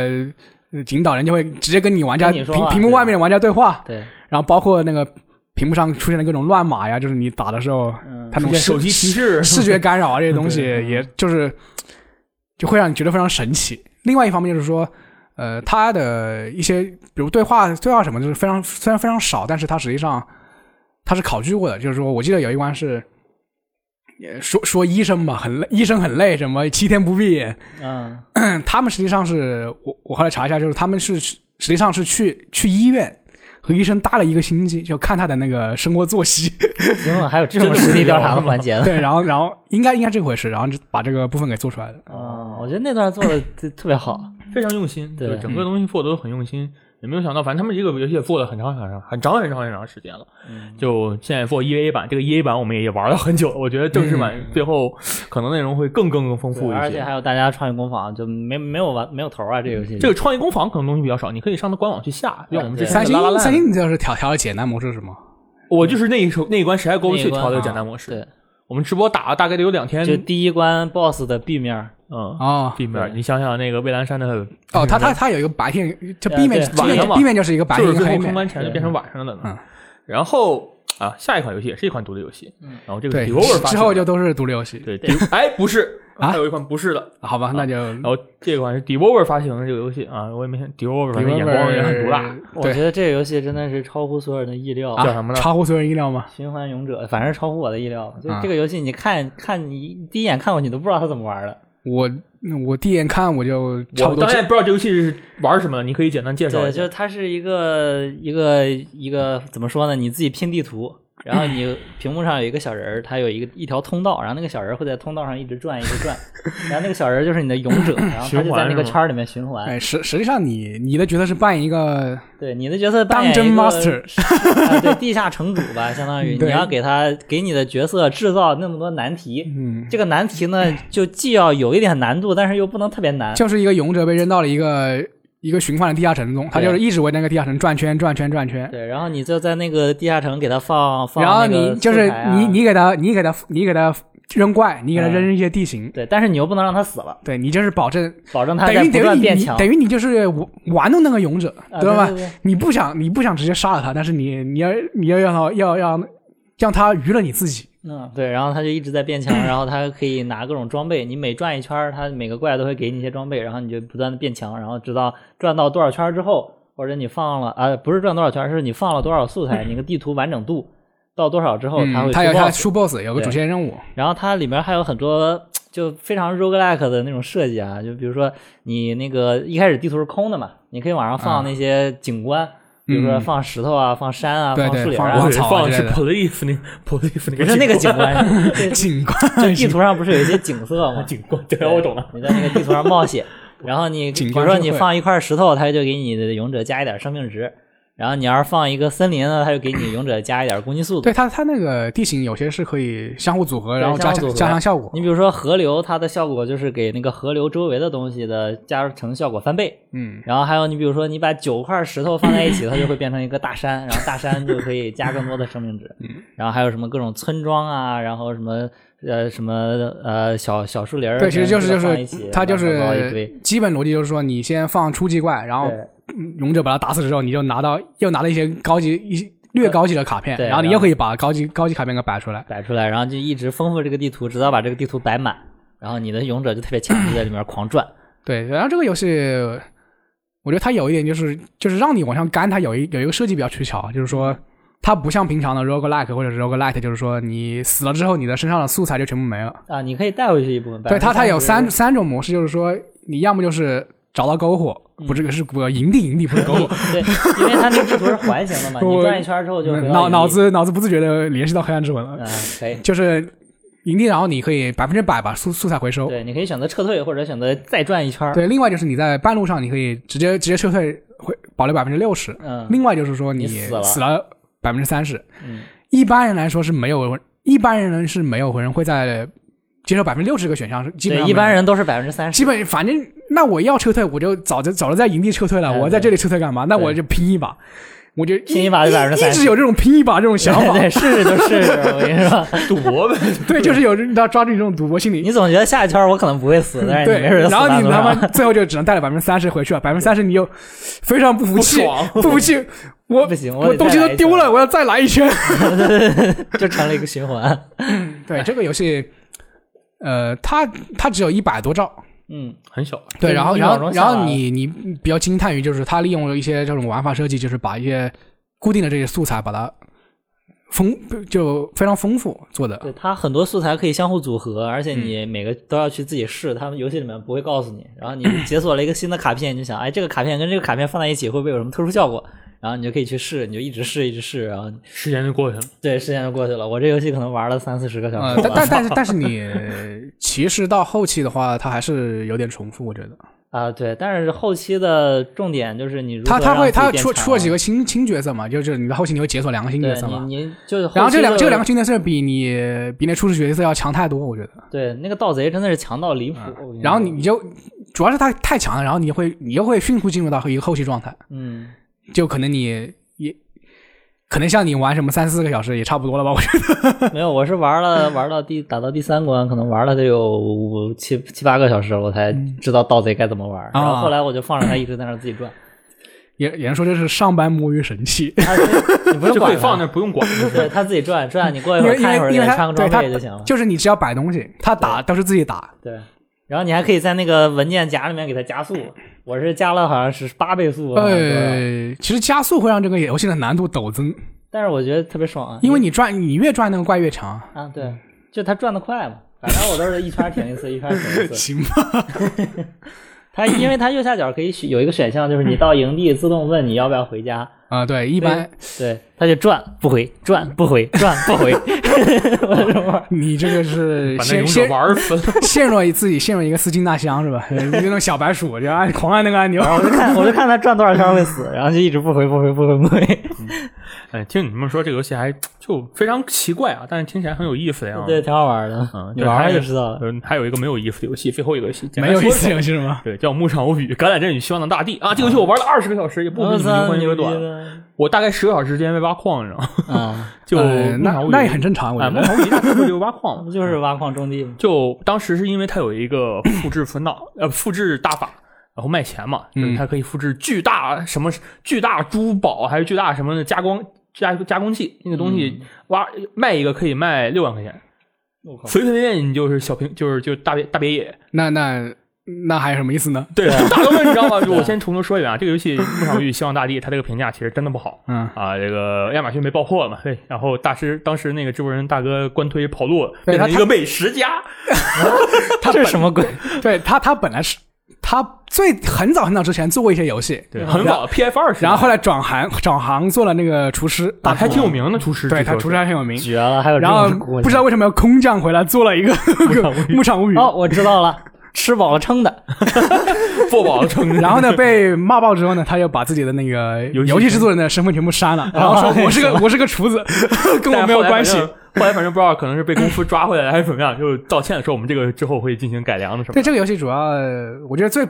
S3: 呃引导人就会直接跟你玩家
S2: 跟你
S3: 屏
S2: 说话啊
S3: 屏幕外面的玩家对话，
S2: 对，
S3: 然后包括那个屏幕上出现的各种乱码呀，就是你打的时候，它那种
S1: 嗯出现手机提示嗯
S3: 视觉干扰啊这些东西，也就是就会让你觉得非常神奇。另外一方面就是说，呃，它的一些比如对话对话什么，就是非常虽然非常少，但是它实际上它是考据过的。就是说我记得有一关是。呃说说医生吧，很累，医生很累，什么七天不闭，
S2: 嗯，
S3: 他们实际上是我我后来查一下，就是他们是实际上是去去医院和医生搭了一个星期，就看他的那个生活作
S1: [LAUGHS]
S3: 息，
S2: 行了，还有这种实地调查的环节呢。
S3: 对，然后然后应该应该这回事，然后就把这个部分给做出来的。
S2: 啊，我觉得那段做的 [LAUGHS] 特别好。
S1: 非常用心，
S2: 对嗯
S1: 对，整个东西做的都很用心。也没有想到，反正他们这个游戏也做了很长很长很长很长很长时间了。
S2: 嗯
S1: 就现在做 EVA 版，这个 EA 版我们也玩了很久了。我觉得正式版最后可能内容会更更更丰富一些，
S2: 嗯而且还有大家创业工坊，就没没有完没有头啊，这游
S3: 嗯
S2: 戏
S1: 这个创意工坊可能东西比较少，你可以上它官网去下。
S3: 啊
S1: 像我们之前
S3: 三
S1: 的
S3: 星
S1: 拉拉烂
S3: 三星，你知道是调调的简单模式是吗？
S1: 我就是那一首那一关实在过不
S2: 那
S1: 去，
S2: 一关
S1: 调的简
S3: 啊
S1: 单模式。
S2: 对，
S1: 我们直播打了大概得有两天，
S2: 就第一关 BOSS 的 B 面儿，
S1: 嗯，
S3: 哦
S1: 地面，你想想那个蔚蓝山的，
S3: 哦，它它它有一个白天，这 B 面
S2: 对
S3: 这
S1: 哎晚上嘛
S3: B 面就是一个白
S1: 就
S3: 天
S1: 是
S3: 一个
S1: 最
S3: 黑
S1: 后通
S3: 面，
S1: 关前就变成晚上的了。
S3: 嗯
S1: 然后啊，下一款游戏也是一款独立游戏，然后这个
S3: 嗯对
S1: d e v o r，
S3: 之后就都是独立游戏。
S1: 对，Devo- 啊哎不是，
S3: 啊
S1: 还有一款不是的，
S3: 好吧，那就
S1: 然后这款是 Devolver 发行的这个游戏啊，我也没想 Devolver 反正眼光也很毒辣，
S2: 我
S3: 对啊
S2: 觉得这个游戏真的是超乎所有人的意料。
S1: 叫什么呢？
S3: 超乎所有人意料吗？
S2: 循环勇者，反正超乎我的意料。就
S3: 啊
S2: 这个游戏，你看看你第一眼看过去，你都不知道它怎么玩的。
S3: 我我第一眼看我就差不
S1: 我
S3: 多
S1: 当然也不知道这游戏是玩什么，你可以简单介绍
S2: 对，
S1: 一
S2: 就
S1: 下
S2: 是。它是一个一个一个怎么说呢？你自己拼地图，然后你屏幕上有一个小人儿，它有一个一条通道，然后那个小人儿会在通道上一直转一
S3: [LAUGHS]
S2: 直转，然后那个小人儿就是你的勇者，然后他
S1: 循
S2: 就
S1: 环
S2: 在那个
S1: 是吗
S2: 圈儿里面循环。
S3: 哎，实实际上你你的角色是扮演一个
S2: 对，你的角色扮演
S3: Dungeon
S2: 一个 [LAUGHS]
S3: Master 嗯
S2: 啊对，地下城主吧，相当于
S3: 对
S2: 你要给他给你的角色制造那么多难题。
S3: 嗯
S2: 这个难题呢，就既要有一点难度，但是又不能特别难。
S3: 就是一个勇者被扔到了一个一个循环的地下城中，它就是一直围那个地下城转圈转圈转圈。
S2: 对，然后你就在那个地下城给它放放
S3: 然后
S2: 那个素材啊、嗯
S3: 你就是你你给它你给它你给它扔怪，你给它扔一些地形，
S2: 对，但是你又不能让它死了，
S3: 对你就是
S2: [LAUGHS]
S3: 保证
S2: 保证它
S3: 等
S2: 在
S3: 于
S2: 不
S3: 等
S2: 断
S3: 于
S2: 变
S3: 你
S2: 强，
S3: 等于你就是玩弄那个勇者，
S2: 啊
S3: 对
S2: 对
S3: 吧
S2: 对对？
S3: 你不想你不想直接杀了他，但是你你要你要让他要让让他娱乐你自己，
S2: 嗯，对，然后它就一直在变强，然后它可以拿各种装备，你每转一圈儿，它每个怪都会给你一些装备，然后你就不断的变强，然后直到转到多少圈儿之后，或者你放了啊，不是转多少圈儿，是你放了多少素
S3: [CLEARS THROAT]
S2: 材，你个地图完整度到多少之后，哦它会
S3: 嗯，
S2: 出
S3: 他有他
S2: boss，
S3: 出 BOSS 有个主线任务，
S2: 然后它里面还有很多就非常 roguelike 的那种设计啊，就比如说你那个一开始地图是空的嘛，你可以往上放那些景观，比如说
S3: 嗯
S2: 放石头啊、放山啊、
S3: 对
S2: 放
S3: 对
S2: 树林
S3: 放
S2: 啊
S3: 花
S5: 我，以为
S3: 草啊
S5: 放的
S3: 之
S5: 是
S3: 类的
S5: police 那 police 那个
S2: 不是那个景
S5: 景观
S2: 观，
S3: [LAUGHS]
S2: 对 [LAUGHS]
S3: 警
S2: 就
S3: 官
S2: 地图上不是有一些景色吗？
S5: 景观，
S1: 啊
S5: 对，我懂
S2: [LAUGHS]
S5: 了。
S2: 你在那个地图上冒
S3: [LAUGHS]
S2: 险，然后你比
S3: 景
S2: 如
S3: 观
S2: 说
S3: 社
S2: 你
S3: 会
S2: 放一块石头，它就给你的勇者加一点生命值；然后你要是放一个森林呢，它就给你勇者加一点攻击速度
S3: 对。他他那个地形有些是可以相互组合，
S2: 对
S3: 然后
S2: 相
S3: 加
S2: 互组
S3: 强
S2: 合
S3: 加强效果
S2: 你，比如说河流，它的效果就是给那个河流周围的东西的加成效果翻倍。
S3: 嗯，
S2: 然后还有你比如说你把九块石头放在一起，它就会变成一个大山，然后大山就可以加更多的生命值。然后还有什么各种村庄啊，然后什么呃什么呃小小树林儿，
S3: 对，其实就是就
S2: 放一起
S3: 是他就
S2: 乱七八糟一
S3: 是
S2: 堆。
S3: 基本逻辑就是说你先放初级怪，然后
S2: 对
S3: 嗯勇者把他打死之后，你就拿到又拿了一些高级一。略高级的卡片，
S2: 对
S3: 然后你
S2: 然
S3: 又
S2: 后
S3: 可以把高级高级卡片给摆出来。
S2: 摆出来，然后就一直丰富这个地图，直到把这个地图摆满，然后你的勇者就特别强，就在里面狂转。
S3: 对，然后这个游戏，我觉得它有一点就是就是让你往上干，它有一有一个设计比较取巧，就是说它不像平常的 roguelike 或者是 roguelite，就是说你死了之后你的身上的素材就全部没了。
S2: 啊，你可以带回去一部分。
S3: 对，它它有
S2: 30%
S3: 三三种模式，就是说你要么就是找到篝火，
S2: 嗯
S3: 不是是不营地营地不
S2: [LAUGHS]
S3: 是篝火，
S2: 对，因为它那个地图是环形的嘛，
S3: 我
S2: 你转一圈之后就回到
S3: 脑
S2: 原地
S3: 脑子脑子不自觉的联系到黑暗之魂
S2: 嗯
S3: 了，
S2: 可以。
S3: 就是营地，然后你可以百分之百把素素材回收。
S2: 对，你可以选择撤退，或者选择再转一圈。，
S3: 对，另外就是你在半路上你可以直接直接撤退，回保留百分之六十。
S2: 嗯，
S3: 另外就是说你
S2: 你死了
S3: 死了百分之三十
S2: 嗯，
S3: 一般人来说是没有，一般人是没有人会在接受百分之六十这个选项，是基本
S2: 对，
S3: 上
S2: 一般
S3: 没有
S2: 人都是百分之 [LAUGHS] 三十。
S3: 基本反正那我要撤退，我就早就早就在营地撤退了，
S2: 哎
S3: 我在这里撤退干嘛？那
S2: 对
S3: 我就拼一把，我就
S2: 拼一把就30%
S3: 一直有这种拼一把这种想
S2: 对
S3: 法，
S2: 对，试试就试试，我跟你说，
S3: [LAUGHS]
S5: 赌
S1: [LAUGHS]
S5: 博呗，
S3: 对，就是有人要抓住这种赌博心
S2: [LAUGHS]
S3: 理
S2: 你。总觉得下一圈我可能不会死，但是
S3: 对，
S2: 你没准就死
S3: 然后
S2: 大
S3: 你
S2: 多
S3: 他妈
S2: [LAUGHS] 少。
S3: 最后就只能带了百分之三十回去了，啊百分之三十你又非常不服气，
S5: 爽
S3: 不服气，我
S2: 不行我
S3: 我
S2: 得
S3: 东西
S2: 再
S3: 都
S2: 来一
S3: 丢
S2: [LAUGHS] 圈
S3: 了，我要再来一圈。 [LAUGHS]
S2: 就成了一个循环。
S3: 对这个游戏，呃，它它只有一百多兆，
S2: 嗯，
S5: 很小。
S3: 对，
S2: 对
S3: 然后
S2: 一
S3: 然
S2: 秒
S3: 后
S2: 钟
S3: 然
S2: 下
S3: 后
S2: 来
S3: 你你比较惊叹于就是它利用了一些这种玩法设计，就是把一些固定的这些素材把它丰就非常丰富做的，
S2: 对，它很多素材可以相互组合，而且
S3: 嗯
S2: 你每个都要去自己试，他们游戏里面不会告诉你。然后你解锁了一个新的卡片，你就想，哎，这个卡片跟这个卡片放在一起会不会有什么特殊效果？然后你就可以去试，你就一直试，一直试，然后
S5: 时间就过去了，
S2: 对，时间就过去了。我这游戏可能玩了三四十个小
S3: 呃
S2: 时，了 [LAUGHS]
S3: 但但但是但是你其实到后期的话，它还是有点重复，我觉得
S2: 啊，对。但是后期的重点就是你如何
S3: 它它
S2: 让自
S3: 会
S2: 己
S3: 它
S2: 变
S3: 出
S2: 强
S3: 出了几个新新角色嘛，就是你到后期你会解锁两个新角
S2: 对
S3: 色嘛，
S2: 你你就是
S3: 然后这两
S2: 个
S3: 这两个新角色比你比那初始角色要强太多，我觉得。
S2: 对那个盗贼真的是强到离谱。我跟你
S3: 啊然后你
S2: 说
S3: 你就主要是它太强了，然后你会你又会迅速进入到一个后期状态。
S2: 嗯，
S3: 就可能你也可能像你玩什么三四个小时也差不多了吧？我觉得
S2: 没有，我是玩了玩到第打到第三关，可能玩了得有五七七八个小时了，我才
S3: 嗯
S2: 知道盗贼该怎么
S3: 啊
S2: 玩。然后后来我就放着它一直在那儿自己
S3: [LAUGHS]
S2: 转，
S3: 也也能说这是上班摸鱼神器，
S2: 它自己你不用
S5: 就可
S2: 管
S5: 以
S2: 它
S5: 放那，儿不用管。
S2: [LAUGHS] 对，它自己转转，你过一
S3: 因
S2: 会儿
S3: 为因
S2: 看一会
S3: 为
S2: 儿，
S3: 因
S2: 给
S3: 为
S2: 它
S3: 它
S2: 穿
S3: 对
S2: 个
S3: 它
S2: 装备就行了。
S3: 就是你只要摆东西，他打都是自己打，
S2: 对，然后你还可以在那个文件夹里面给它加速，我是加了好像是八倍速，好像多少
S3: 呃，其实加速会让这个游戏的难度陡增，
S2: 但是我觉得特别爽啊，
S3: 因为你转你越转那个怪越强，
S2: 啊对，就它转的快嘛，反正我都是一圈停一次，一圈停一次。
S3: 行吧？
S2: 它因为它右下角可以选有一个选项，就是你到营地自动问你要不要回家。
S3: 啊、对，一般
S2: 对，他就转不回，转不回，转不回，
S3: 你这个是
S1: 把那
S3: 陷
S1: 勇者
S3: 陷
S1: 玩死。
S3: 陷入自己陷入一个四进大箱是吧？你那种小白鼠就按狂按那个按钮，
S2: 我就看我就看他转多少圈会死，然后就一直不回不回不回不回。
S1: 哎，听你们说这个游戏还就非常奇怪啊，但是听起来很有意思的样子。
S2: 对，挺好玩的。
S1: 嗯，
S2: 你玩
S1: 还
S2: 玩
S1: 有
S2: 就知道了。
S1: 嗯，还有一个没有意思的游戏，最后一个游戏
S3: 没有意。
S1: 简单说
S3: 思
S1: 说
S3: 游戏是吗？
S1: 对，叫《牧场物语》《橄榄镇与希望的大地》啊，这个游戏我玩了二十个小时，也不比
S2: 我
S1: 你
S2: 操，
S1: 们魂
S2: 牛
S1: 有
S2: 逼
S1: 短。嗯
S2: 的！
S1: 我大概十个小时时间被挖矿，你知道吗？
S2: 啊，
S1: 就
S3: 呃那那也很正常，我
S1: 哎，
S3: 觉
S1: 牧
S3: 得。
S1: 场物语大概就是挖矿
S2: 不
S1: 嘛。
S2: 嗯就是挖矿种地吗？
S1: 就当时是因为它有一
S3: [COUGHS]
S1: 个复制分档，呃，复制大法，然后卖钱嘛，
S3: 嗯
S1: 就是它可以复制巨大什么巨大珠宝，还是巨大什么的加工加加工器，那个东西
S3: 嗯
S1: 挖卖一个可以卖六万块钱，
S2: 我靠！
S1: 随随便便你就是小平，就是就大别大别野，
S3: 那那那还有什么意思呢？
S1: 对， [LAUGHS] 大哥们，你知
S3: [LAUGHS]
S1: 道吗？就我先从头说一遍啊，这个游戏《牧场物语：希望大地》，它这个评价其实真的不好。
S3: 嗯
S1: 啊，这个亚马逊被爆破了嘛？对，然后大师当时那个制作人大哥官推跑路了，变
S3: 对
S1: 成
S3: 他
S1: 一个美食家。
S2: 这是什么鬼？
S3: 对他，他本来是他最很早很早之前做过一些游戏，
S1: 对，很早 PF 二十，
S3: 然后后来转行转行做了那个厨师，
S1: 啊还挺有名的厨师，
S3: 对
S1: 据说
S3: 他厨师还挺有
S2: [LAUGHS]
S3: 名。
S2: 绝了！还有这
S3: 然后
S2: 种国家
S3: 不知道为什么要空降回来，做了一个牧场物语，
S2: 哦，我知道了，吃饱了撑的。
S1: 是做饱了撑着。
S3: [LAUGHS] 然后呢被骂爆之后呢，他又把自己的那个
S1: 游戏哦
S3: 游戏制作人的身份全部删
S1: [LAUGHS]
S3: 了，然后说我是个我是个厨子，跟我没有关
S1: [LAUGHS]
S3: 系 [LAUGHS]
S1: 但。后来反正后来反正不知道，可能是被公司抓回来还是怎么样，就道歉说我们这个之后会进行改良的什么
S3: 对。这个游戏主要，呃我觉得最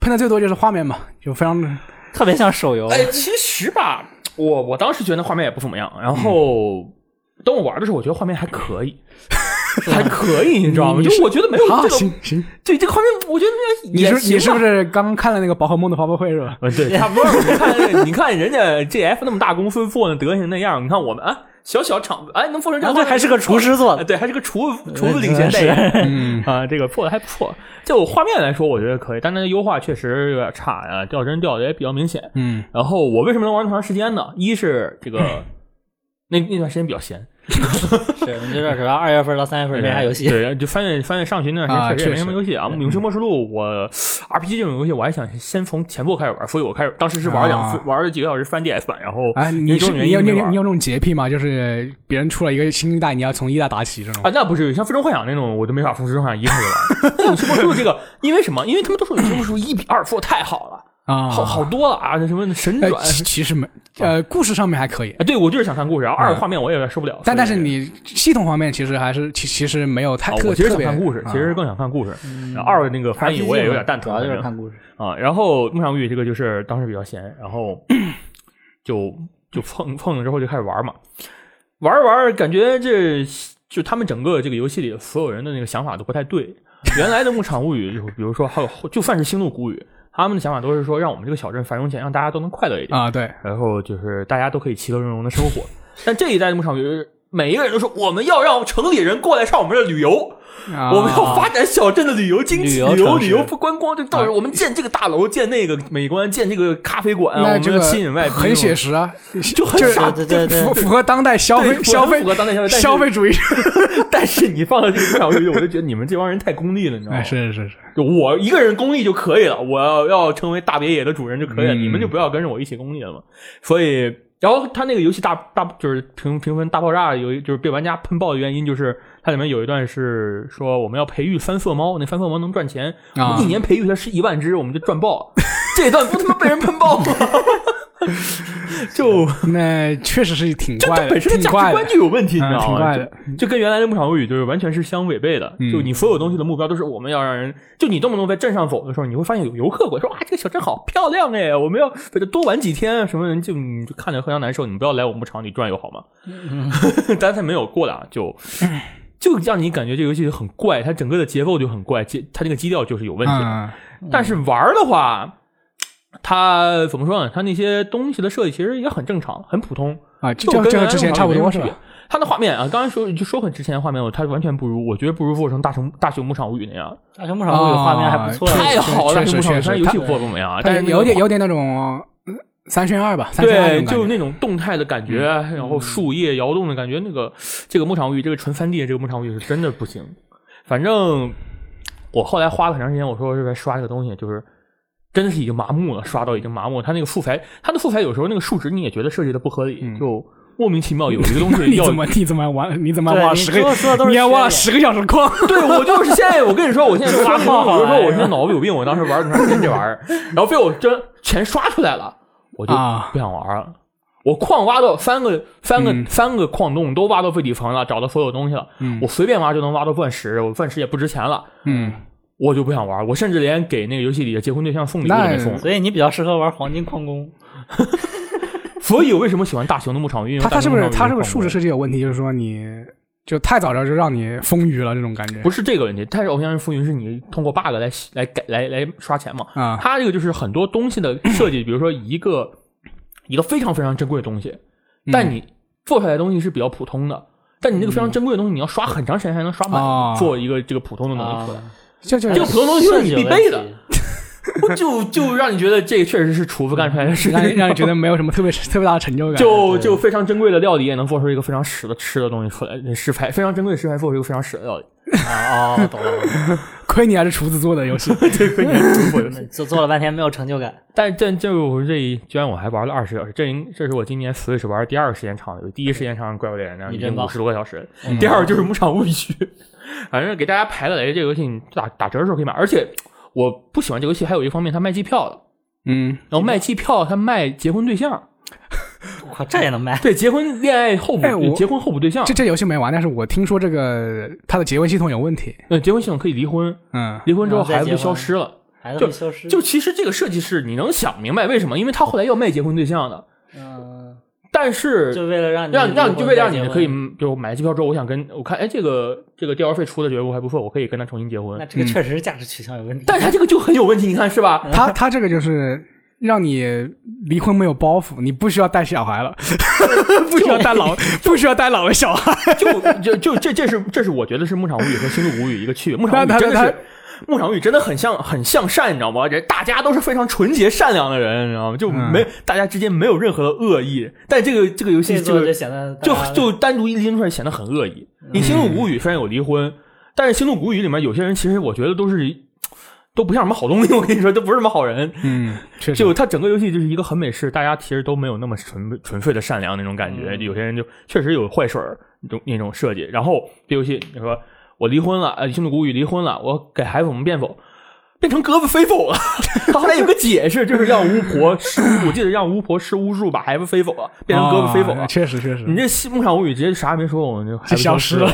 S3: 喷的最多就是画面嘛，就非常
S2: 特别像手游。
S1: 哎，其实吧，我我当时觉得画面也不怎么样，然后。等我玩的时候，我觉得画面还可 [LAUGHS] 以，还可以，你知道吗？
S3: 你
S1: 就是我觉得没有
S3: 啊
S1: 这，个
S3: 行，行，
S1: 对这个画面，我觉得
S3: 你
S1: 也
S3: 是你是不
S1: 行吧？
S3: 是刚看了那个宝可梦的发布会是吧？
S1: 呃，对，差不多。你看，你看人家 GF 那么大公司做的德行那样，你看我们啊，小小厂子，哎，能做成这
S2: 然
S3: 啊
S1: 样，
S2: 后还是个厨师做
S1: 啊
S2: 的，
S1: 对，还是个
S3: [LAUGHS]
S1: 厨厨子领衔代言，
S3: 嗯，
S1: 啊，这个做的还不错。就画面来说，我觉得可以，但它的优化确实有点差啊，掉帧掉的也比较明显。
S3: 嗯，
S1: 然后我为什么能玩那么长时间呢？一是这
S3: [LAUGHS]
S1: 个那那段时间比较闲，
S2: 是你就这主要二月份到三月份没啥游戏，
S1: 对，就翻阅翻阅上学那段时
S3: 啊
S1: 间确实也没
S3: 确实嗯
S1: 什么游戏啊。永生末世录，我 RPG 这种游戏我还想先从前作开始玩，所以我开始当时是玩了两次
S3: 啊，
S1: 玩了几个小时翻 DS 版，然后
S3: 哎，
S1: 因为
S3: 你
S1: 种
S3: 是
S1: 原
S3: 你有
S1: 因
S3: 你
S1: 没
S3: 有
S1: 玩
S3: 你。有那种洁癖吗？就是别人出了一个新一代，你要从一代打起这种
S1: 啊，。那不至于，像《非洲幻想》那种，我就没法从《非洲幻想》一开始玩。那《永生末世录》这个，因为什么？因为他们都说《永生末世录》一比二做得太好了，
S3: 啊，
S1: 好好多了啊，那什么神
S3: 呃
S1: 转。
S3: 其其
S1: [LAUGHS]
S3: 实没，呃，故事上面还可以，
S1: 哎，对，我就是想看故事，然后二画面我也有点受不了。所
S3: 但
S1: 以
S3: 但是你系统方面其实还是其其实没有太
S1: 啊，
S3: 特
S1: 我其实
S3: 特
S1: 想
S3: 别
S1: 看故事，其实更想看故事。然后二那个翻译我也有点蛋疼，
S2: 主要就是
S1: 反正
S2: 看故事。
S1: 啊。然后《牧场物语》这个就是当时比较闲，然后 [CLEARS THROAT] 就就碰碰了之后就开始玩嘛，玩着玩着感觉这就他们整个这个游戏里所有人的那个想法都不太对。原来的《牧场物语》就比如说还有就算是《星露谷雨》，他们的想法都是说让我们这个小镇繁荣起来，让大家都能快乐一点。
S3: 啊，对，
S1: 然后就是大家都可以其乐融融的生活。但这一代的牧场人，每一个人都说我们要让城里人过来上我们这儿旅游，
S3: 啊
S1: 我们要发展小镇的旅游经济、
S2: 旅游
S1: 旅游
S2: 城市
S1: 旅游不观光，就到时候我们建这个大楼、建那个美观、建这个咖啡馆，我
S3: 那
S1: 们
S3: 这
S1: 要
S3: 个
S1: 吸引外宾，
S3: 很写
S1: [LAUGHS]
S3: 实啊，
S1: 就很
S3: 就是
S1: 傻。
S2: 对对对
S3: 符符合当代消费
S1: 对
S3: 消费
S1: 符合当代消费但是
S3: 消费主义。 [LAUGHS]
S1: [LAUGHS] 但是你放到这个牧场物语，我就觉得你们这帮人太功利了，你知道吗？
S3: 哎，是是是，
S1: 就我一个人功利就可以了，我要要成为大别野的主人就可以了，
S3: 嗯
S1: 你们就不要跟着我一起功利了嘛。所以，然后他那个游戏大大就是评评分大爆炸，有一就是被玩家喷爆的原因就是它里面有一段是说我们要培育三色猫，那三色猫能赚钱，
S3: 啊
S1: 我们一年培育它十一万只，我们就赚
S3: [LAUGHS]
S1: 爆了。这一段不他妈被人喷爆吗？就
S3: 那确实是挺
S1: 这
S3: 怪
S1: 它
S3: 的，
S1: 本身的
S3: 挺
S1: 价值
S3: 怪的
S1: 观就有问题，你知
S3: 嗯
S1: 道
S3: 挺
S1: 吗？
S3: 怪
S1: 就
S3: 的
S1: 就跟原来的牧场物语就是完全是相违背的。
S3: 嗯
S1: 就你所有东西的目标都是我们要让人，就你动不动在镇上走的时候，你会发现有游客过来说啊，这个小镇好漂亮哎，我们要在这多玩几天啊什么的，就你就看着非常难受，你不要来我牧场里转悠好吗？ [LAUGHS] 但是他没有过来啊，就。就让你感觉这个游戏很怪，它整个的节奏就很怪，节它那个基调就是有问题的。
S3: 嗯，
S1: 但是玩儿的话，它怎么说呢？它那些东西的设计其实也很正常，很普通。
S3: 啊，
S1: 就
S3: 就就就
S1: 跟
S3: 和之前差不多是
S1: 原来
S3: 吧？
S1: 它的画面啊，刚才说就说很之前的画面，我它完全不如，我觉得不如做成大熊大熊牧场物语那样，
S2: 大熊牧场物语画面还不错，
S3: 对
S1: 太好了。大
S3: 确
S1: 熊牧
S3: 实
S1: 场物语
S3: 确实
S1: 虽然游戏做得不怎么样啊，但
S3: 但
S1: 是
S3: 是
S1: 那个
S3: 哎有点有点那种嗯三选二吧，三选二那
S1: 对，
S3: 种感
S1: 就
S3: 觉嗯
S1: 是那种动态的感觉，然后树叶摇动的感觉。那个这个牧场物语，这个纯三 D 的这个牧场物语是真的不行。反正我后来花了很长时间，我说是在刷这个东西，就是真的是已经麻木了，刷到已经麻木了。它那个素材，它的素材有时候那个数值你也觉得设计的不合理，就莫名其妙有一个东西
S3: [LAUGHS] 嗯 [LAUGHS] 你
S1: 要
S3: 怎么你怎么玩？你怎么
S2: 对
S3: 挖
S2: 你
S3: 十个
S2: 说说的都？是
S3: 你要
S2: 缺
S3: 挖了
S2: 点
S3: 十个小时矿？
S1: 对我就是现在，我跟你说，我现在刷
S2: 刷不
S1: 矿，
S2: 好
S1: 比如
S2: 了
S1: 说我
S2: 是
S1: 现在脑子有病，我当时玩了多长时间这玩意儿，然后被我真钱刷出来了，我就 [LAUGHS]
S3: 啊
S1: 不想玩了。我矿挖到三个、三个、
S3: 嗯
S1: 三个矿洞都挖到最底层了，找到所有东西了，
S3: 嗯
S1: 我随便挖就能挖到钻石，我钻石也不值钱了，
S3: 嗯，
S1: 我就不想玩。我甚至连给那个游戏里的结婚对象送礼物都没
S3: 那
S1: 送。
S2: 所以你比较适合玩黄金矿工，
S1: 所以我为什么喜欢大型的牧场运营？
S3: 他他是不是他是不是数
S1: 数
S3: 值设计有问题？就是说你就太早着就让你风雨了这种感觉？
S1: 不是这个问题，但是偶像是浮云是你通过 bug 来洗来改来来刷钱嘛？
S3: 啊
S1: 它这个就是很多东西的设计，比如说一个 [CLEARS THROAT] 一个非常非常珍贵的东西，但你做出来的东西是比较普通的，但你那个非常珍贵的东西，你要刷很长时间才能刷
S3: 哦
S1: 满，做一个这个普通的东西出来。
S3: 就就
S1: 这个普通东西是你必备的
S2: 设计有问题，
S1: [LAUGHS] 就就让你觉得这确实是厨子干出来的事 [LAUGHS]
S3: 让
S1: 情，
S3: 让你觉得没有什么特别特别大的成就感。
S1: 就就非常珍贵的料理也能做出一个非常屎的吃的东西出来，食材非常珍贵的食材做出一个非常屎的料理，
S2: 啊哦，懂了，懂了
S3: 亏你还是厨子做的
S1: [LAUGHS]
S3: 游戏，
S1: 这个也是我
S2: 做做了半天没有成就感，
S1: 但这这我这一居然我还玩了二十小时，这应这是我今年 Switch 玩的第二个时间长的游戏，第一时间长是怪物猎哎人，那嗯
S2: 你
S1: 已
S2: 真
S1: 经
S2: 棒
S1: 五十多个小时，第二就是牧场物语，反正给大家排了雷这个游戏，你打打折的时候可以买，而且我不喜欢这个游戏，还有一方面它卖机票的，
S3: 嗯，
S1: 然后卖机票它卖结婚对象，
S2: 我靠，这也能卖？
S1: 对结婚恋爱候补、
S3: 哎我
S1: 结婚候补对象
S3: 这，这游戏没玩，但是我听说这个它的结婚系统有问题。
S1: 嗯，结婚系统可以离婚，
S3: 嗯，
S1: 离婚之后
S2: 然后再
S1: 孩子就
S2: 结婚
S1: 消失了。
S2: 孩子会消失？
S1: 就其实这个设计是你能想明白为什么，因为他后来要卖结婚对象的，
S2: 嗯，
S1: 但是
S2: 就为了让你
S1: 嗯让让就为了让你们可以
S2: 离婚再结婚，
S1: 就买机票之后，我想跟我看，哎，这个这个吊儿费出的觉悟还不错，我可以跟他重新结婚
S2: 那。这个确实是价值取向有问题。
S1: 但是他这个就很有问题，你看是吧？
S3: 它它这个就是让你离婚没有包袱，你不需要带小孩了，不 [LAUGHS] 需要带老，不需要带老的小孩。
S1: 就就就这这是这是我觉得是牧场物语和星露谷语一个
S3: [LAUGHS]
S1: 区别。牧场
S3: 那
S1: 物语
S3: 他
S1: 真的
S3: 他
S1: 是牧场物语真的很像很向善，你知道吗？人大家都是非常纯洁善良的人，你知道吗？就
S3: 嗯
S1: 没、大家之间没有任何的恶意。但这个这个游戏
S2: 这
S1: 这
S2: 座就
S1: 个
S2: 显得
S1: 就
S2: 大家
S1: 就单独一拎出来显得很恶意。你星露谷语虽然有离婚，但是星露谷语里面有些人其实我觉得都是。都不像什么好东西，我跟你说，都不是什么好人。
S3: 嗯，确实
S1: 就它整个游戏就是一个很美式，大家其实都没有那么纯纯粹的善良那种感觉。有些人就确实有坏水儿那种那种设计。然后这游戏你说我离婚了，呃，兄弟谷雨离婚了，我给孩子们变否？变成鸽子飞走了， [LAUGHS] 他后来有个解释，就是让巫婆施巫，我记得让巫婆施巫术把孩子飞走了，变成鸽子飞走了。
S3: 啊确实确实。
S1: 你这西牧场物语直接啥也没说，我们就孩子
S3: 就消失了，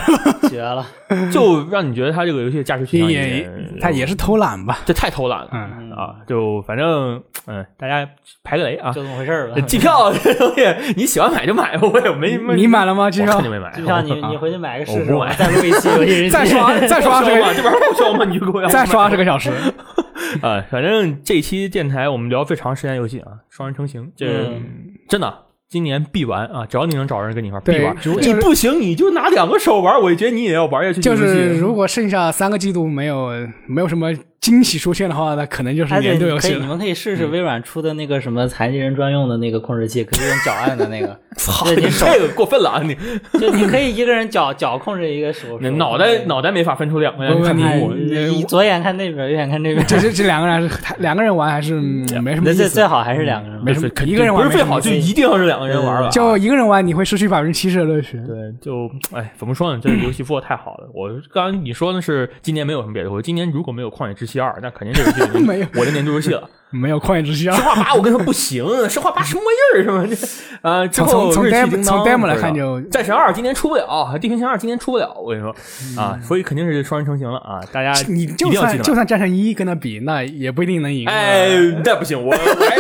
S2: 绝了。
S1: [LAUGHS] 就让你觉得他这个游戏的价值取向
S3: 也他也是偷懒吧？
S1: 这太偷懒了、
S3: 嗯
S1: 啊！就反正嗯，大家排个雷啊，
S2: 就这么回事儿吧。
S1: 机票这东西你喜欢买就买，我也没没
S3: 你买了吗？机
S1: 我
S3: 票
S1: 肯定没买。啊
S2: 机
S1: [LAUGHS]
S2: 票你
S1: 我
S2: 你回去买个
S1: 我
S2: 试
S1: 不
S2: 试，我
S1: 买
S2: 们再录一期游戏日记。
S3: 再刷再
S1: 报
S3: 刷
S1: 销
S3: 这
S1: 吗？
S3: 个
S1: 这玩意儿报销吗？你就给我
S3: 再刷
S1: 这
S3: 这个小时，
S1: 个啊！反正这期电台我们聊最长时间游戏啊，双人成行，这
S3: 嗯
S1: 真的今年必玩啊！只要你能找人跟你一块儿必
S3: 对
S1: 玩，
S3: 如
S1: 你不行你就拿两个手玩，我觉得你也要玩下去。
S3: 就是如果剩下三个季度没有没有什么惊喜出现的话，那可能就是
S2: 哎，对，
S3: 年度
S2: 你
S3: 游
S2: 可以
S3: 戏
S2: 你
S3: 了。嗯
S2: 们可以试试微软出的那个什么残疾人专用的那个控制器，可以用脚按的那
S3: [LAUGHS]
S2: 个，
S1: 操，
S2: 对
S1: 你
S2: 你手
S1: 这个过分了啊！你
S2: 就你可以一个人脚脚控制一个手，
S1: 你
S2: 手
S1: 脑袋脑袋没法分出两个来
S3: 嗯不不
S1: 看屏
S2: 哎
S1: 幕，
S2: 你左眼看那边，右眼看那边，
S3: 这这这两个人还是两个人玩还是嗯没什么
S2: 那
S3: 意
S2: 最
S3: 思
S2: 最。好还是两个人。
S3: 没什么
S1: 肯定
S3: 一个人玩
S1: 不是
S3: 没
S1: 最
S3: 什么
S1: 好，
S3: 意思
S1: 就一定要是两个人玩了。
S3: 就一个人玩，你会失去百分之七十的乐趣。
S1: 啊对，就哎，怎么说呢？这个游戏做的太好了。我刚刚你说的是今年没有什么别的，我今年如果没有《旷野之息二》，那肯定这游戏已经
S3: [LAUGHS] 没有
S1: 我的年度游戏
S3: [LAUGHS]
S1: 了。
S3: 没有旷野之息啊
S1: 生！化八我跟你说不行，生化八什么玩意儿是吗？呃，之
S3: 从从
S1: 后
S3: 从
S1: 瑞奇
S3: demo
S1: 叮
S3: 从
S1: 当
S3: demo
S1: 不
S3: 来
S1: 知道
S3: 看就
S1: 战神二今年出不了，地平线二今年出不了，我跟你说啊，所以肯定是双人成行了啊！大家
S3: 嗯 [LAUGHS] 你
S1: 一
S3: 就
S1: 定要记
S3: 算
S1: 得
S3: 就
S1: 买。
S3: 算战神一跟他比，那也不一定能赢。
S1: 哎，那不行，我我还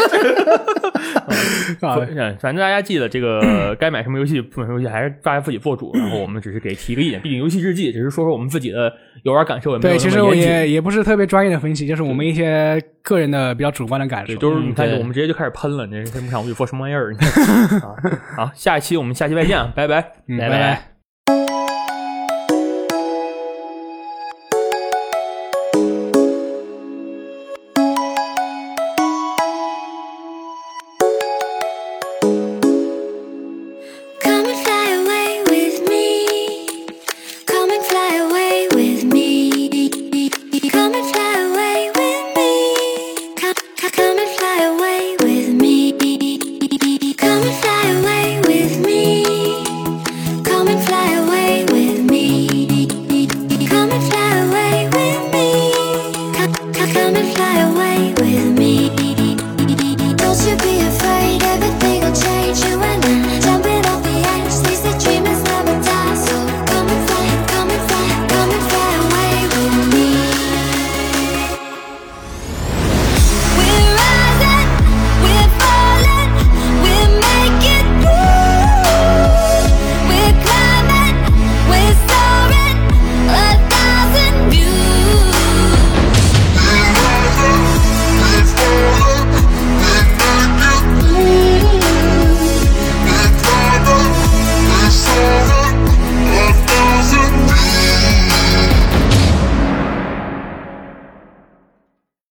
S1: 是
S3: 啊，
S1: 嗯，反正大家记得这
S3: [CLEARS THROAT]
S1: 个该买什么游戏、不买什么游戏，还是大家自己做主。然后我们只是给提个意见，毕竟游戏日记只是说说我们自己的游玩感受，也没有
S3: 对，其
S1: 那
S3: 实
S1: 么
S3: 我
S1: 严谨。
S3: 也也不是特别专业的分析，就是我们一些个人的比较主观的感
S1: 对，
S3: 受。
S1: 就是你看，
S2: 对
S1: 我们直接就开始喷
S3: [LAUGHS]
S1: 了，那这牧场物语做什么玩意儿？你看啊，好，下一期我们下期再见，啊，拜拜。
S3: 嗯
S2: 拜
S3: 拜
S2: 拜。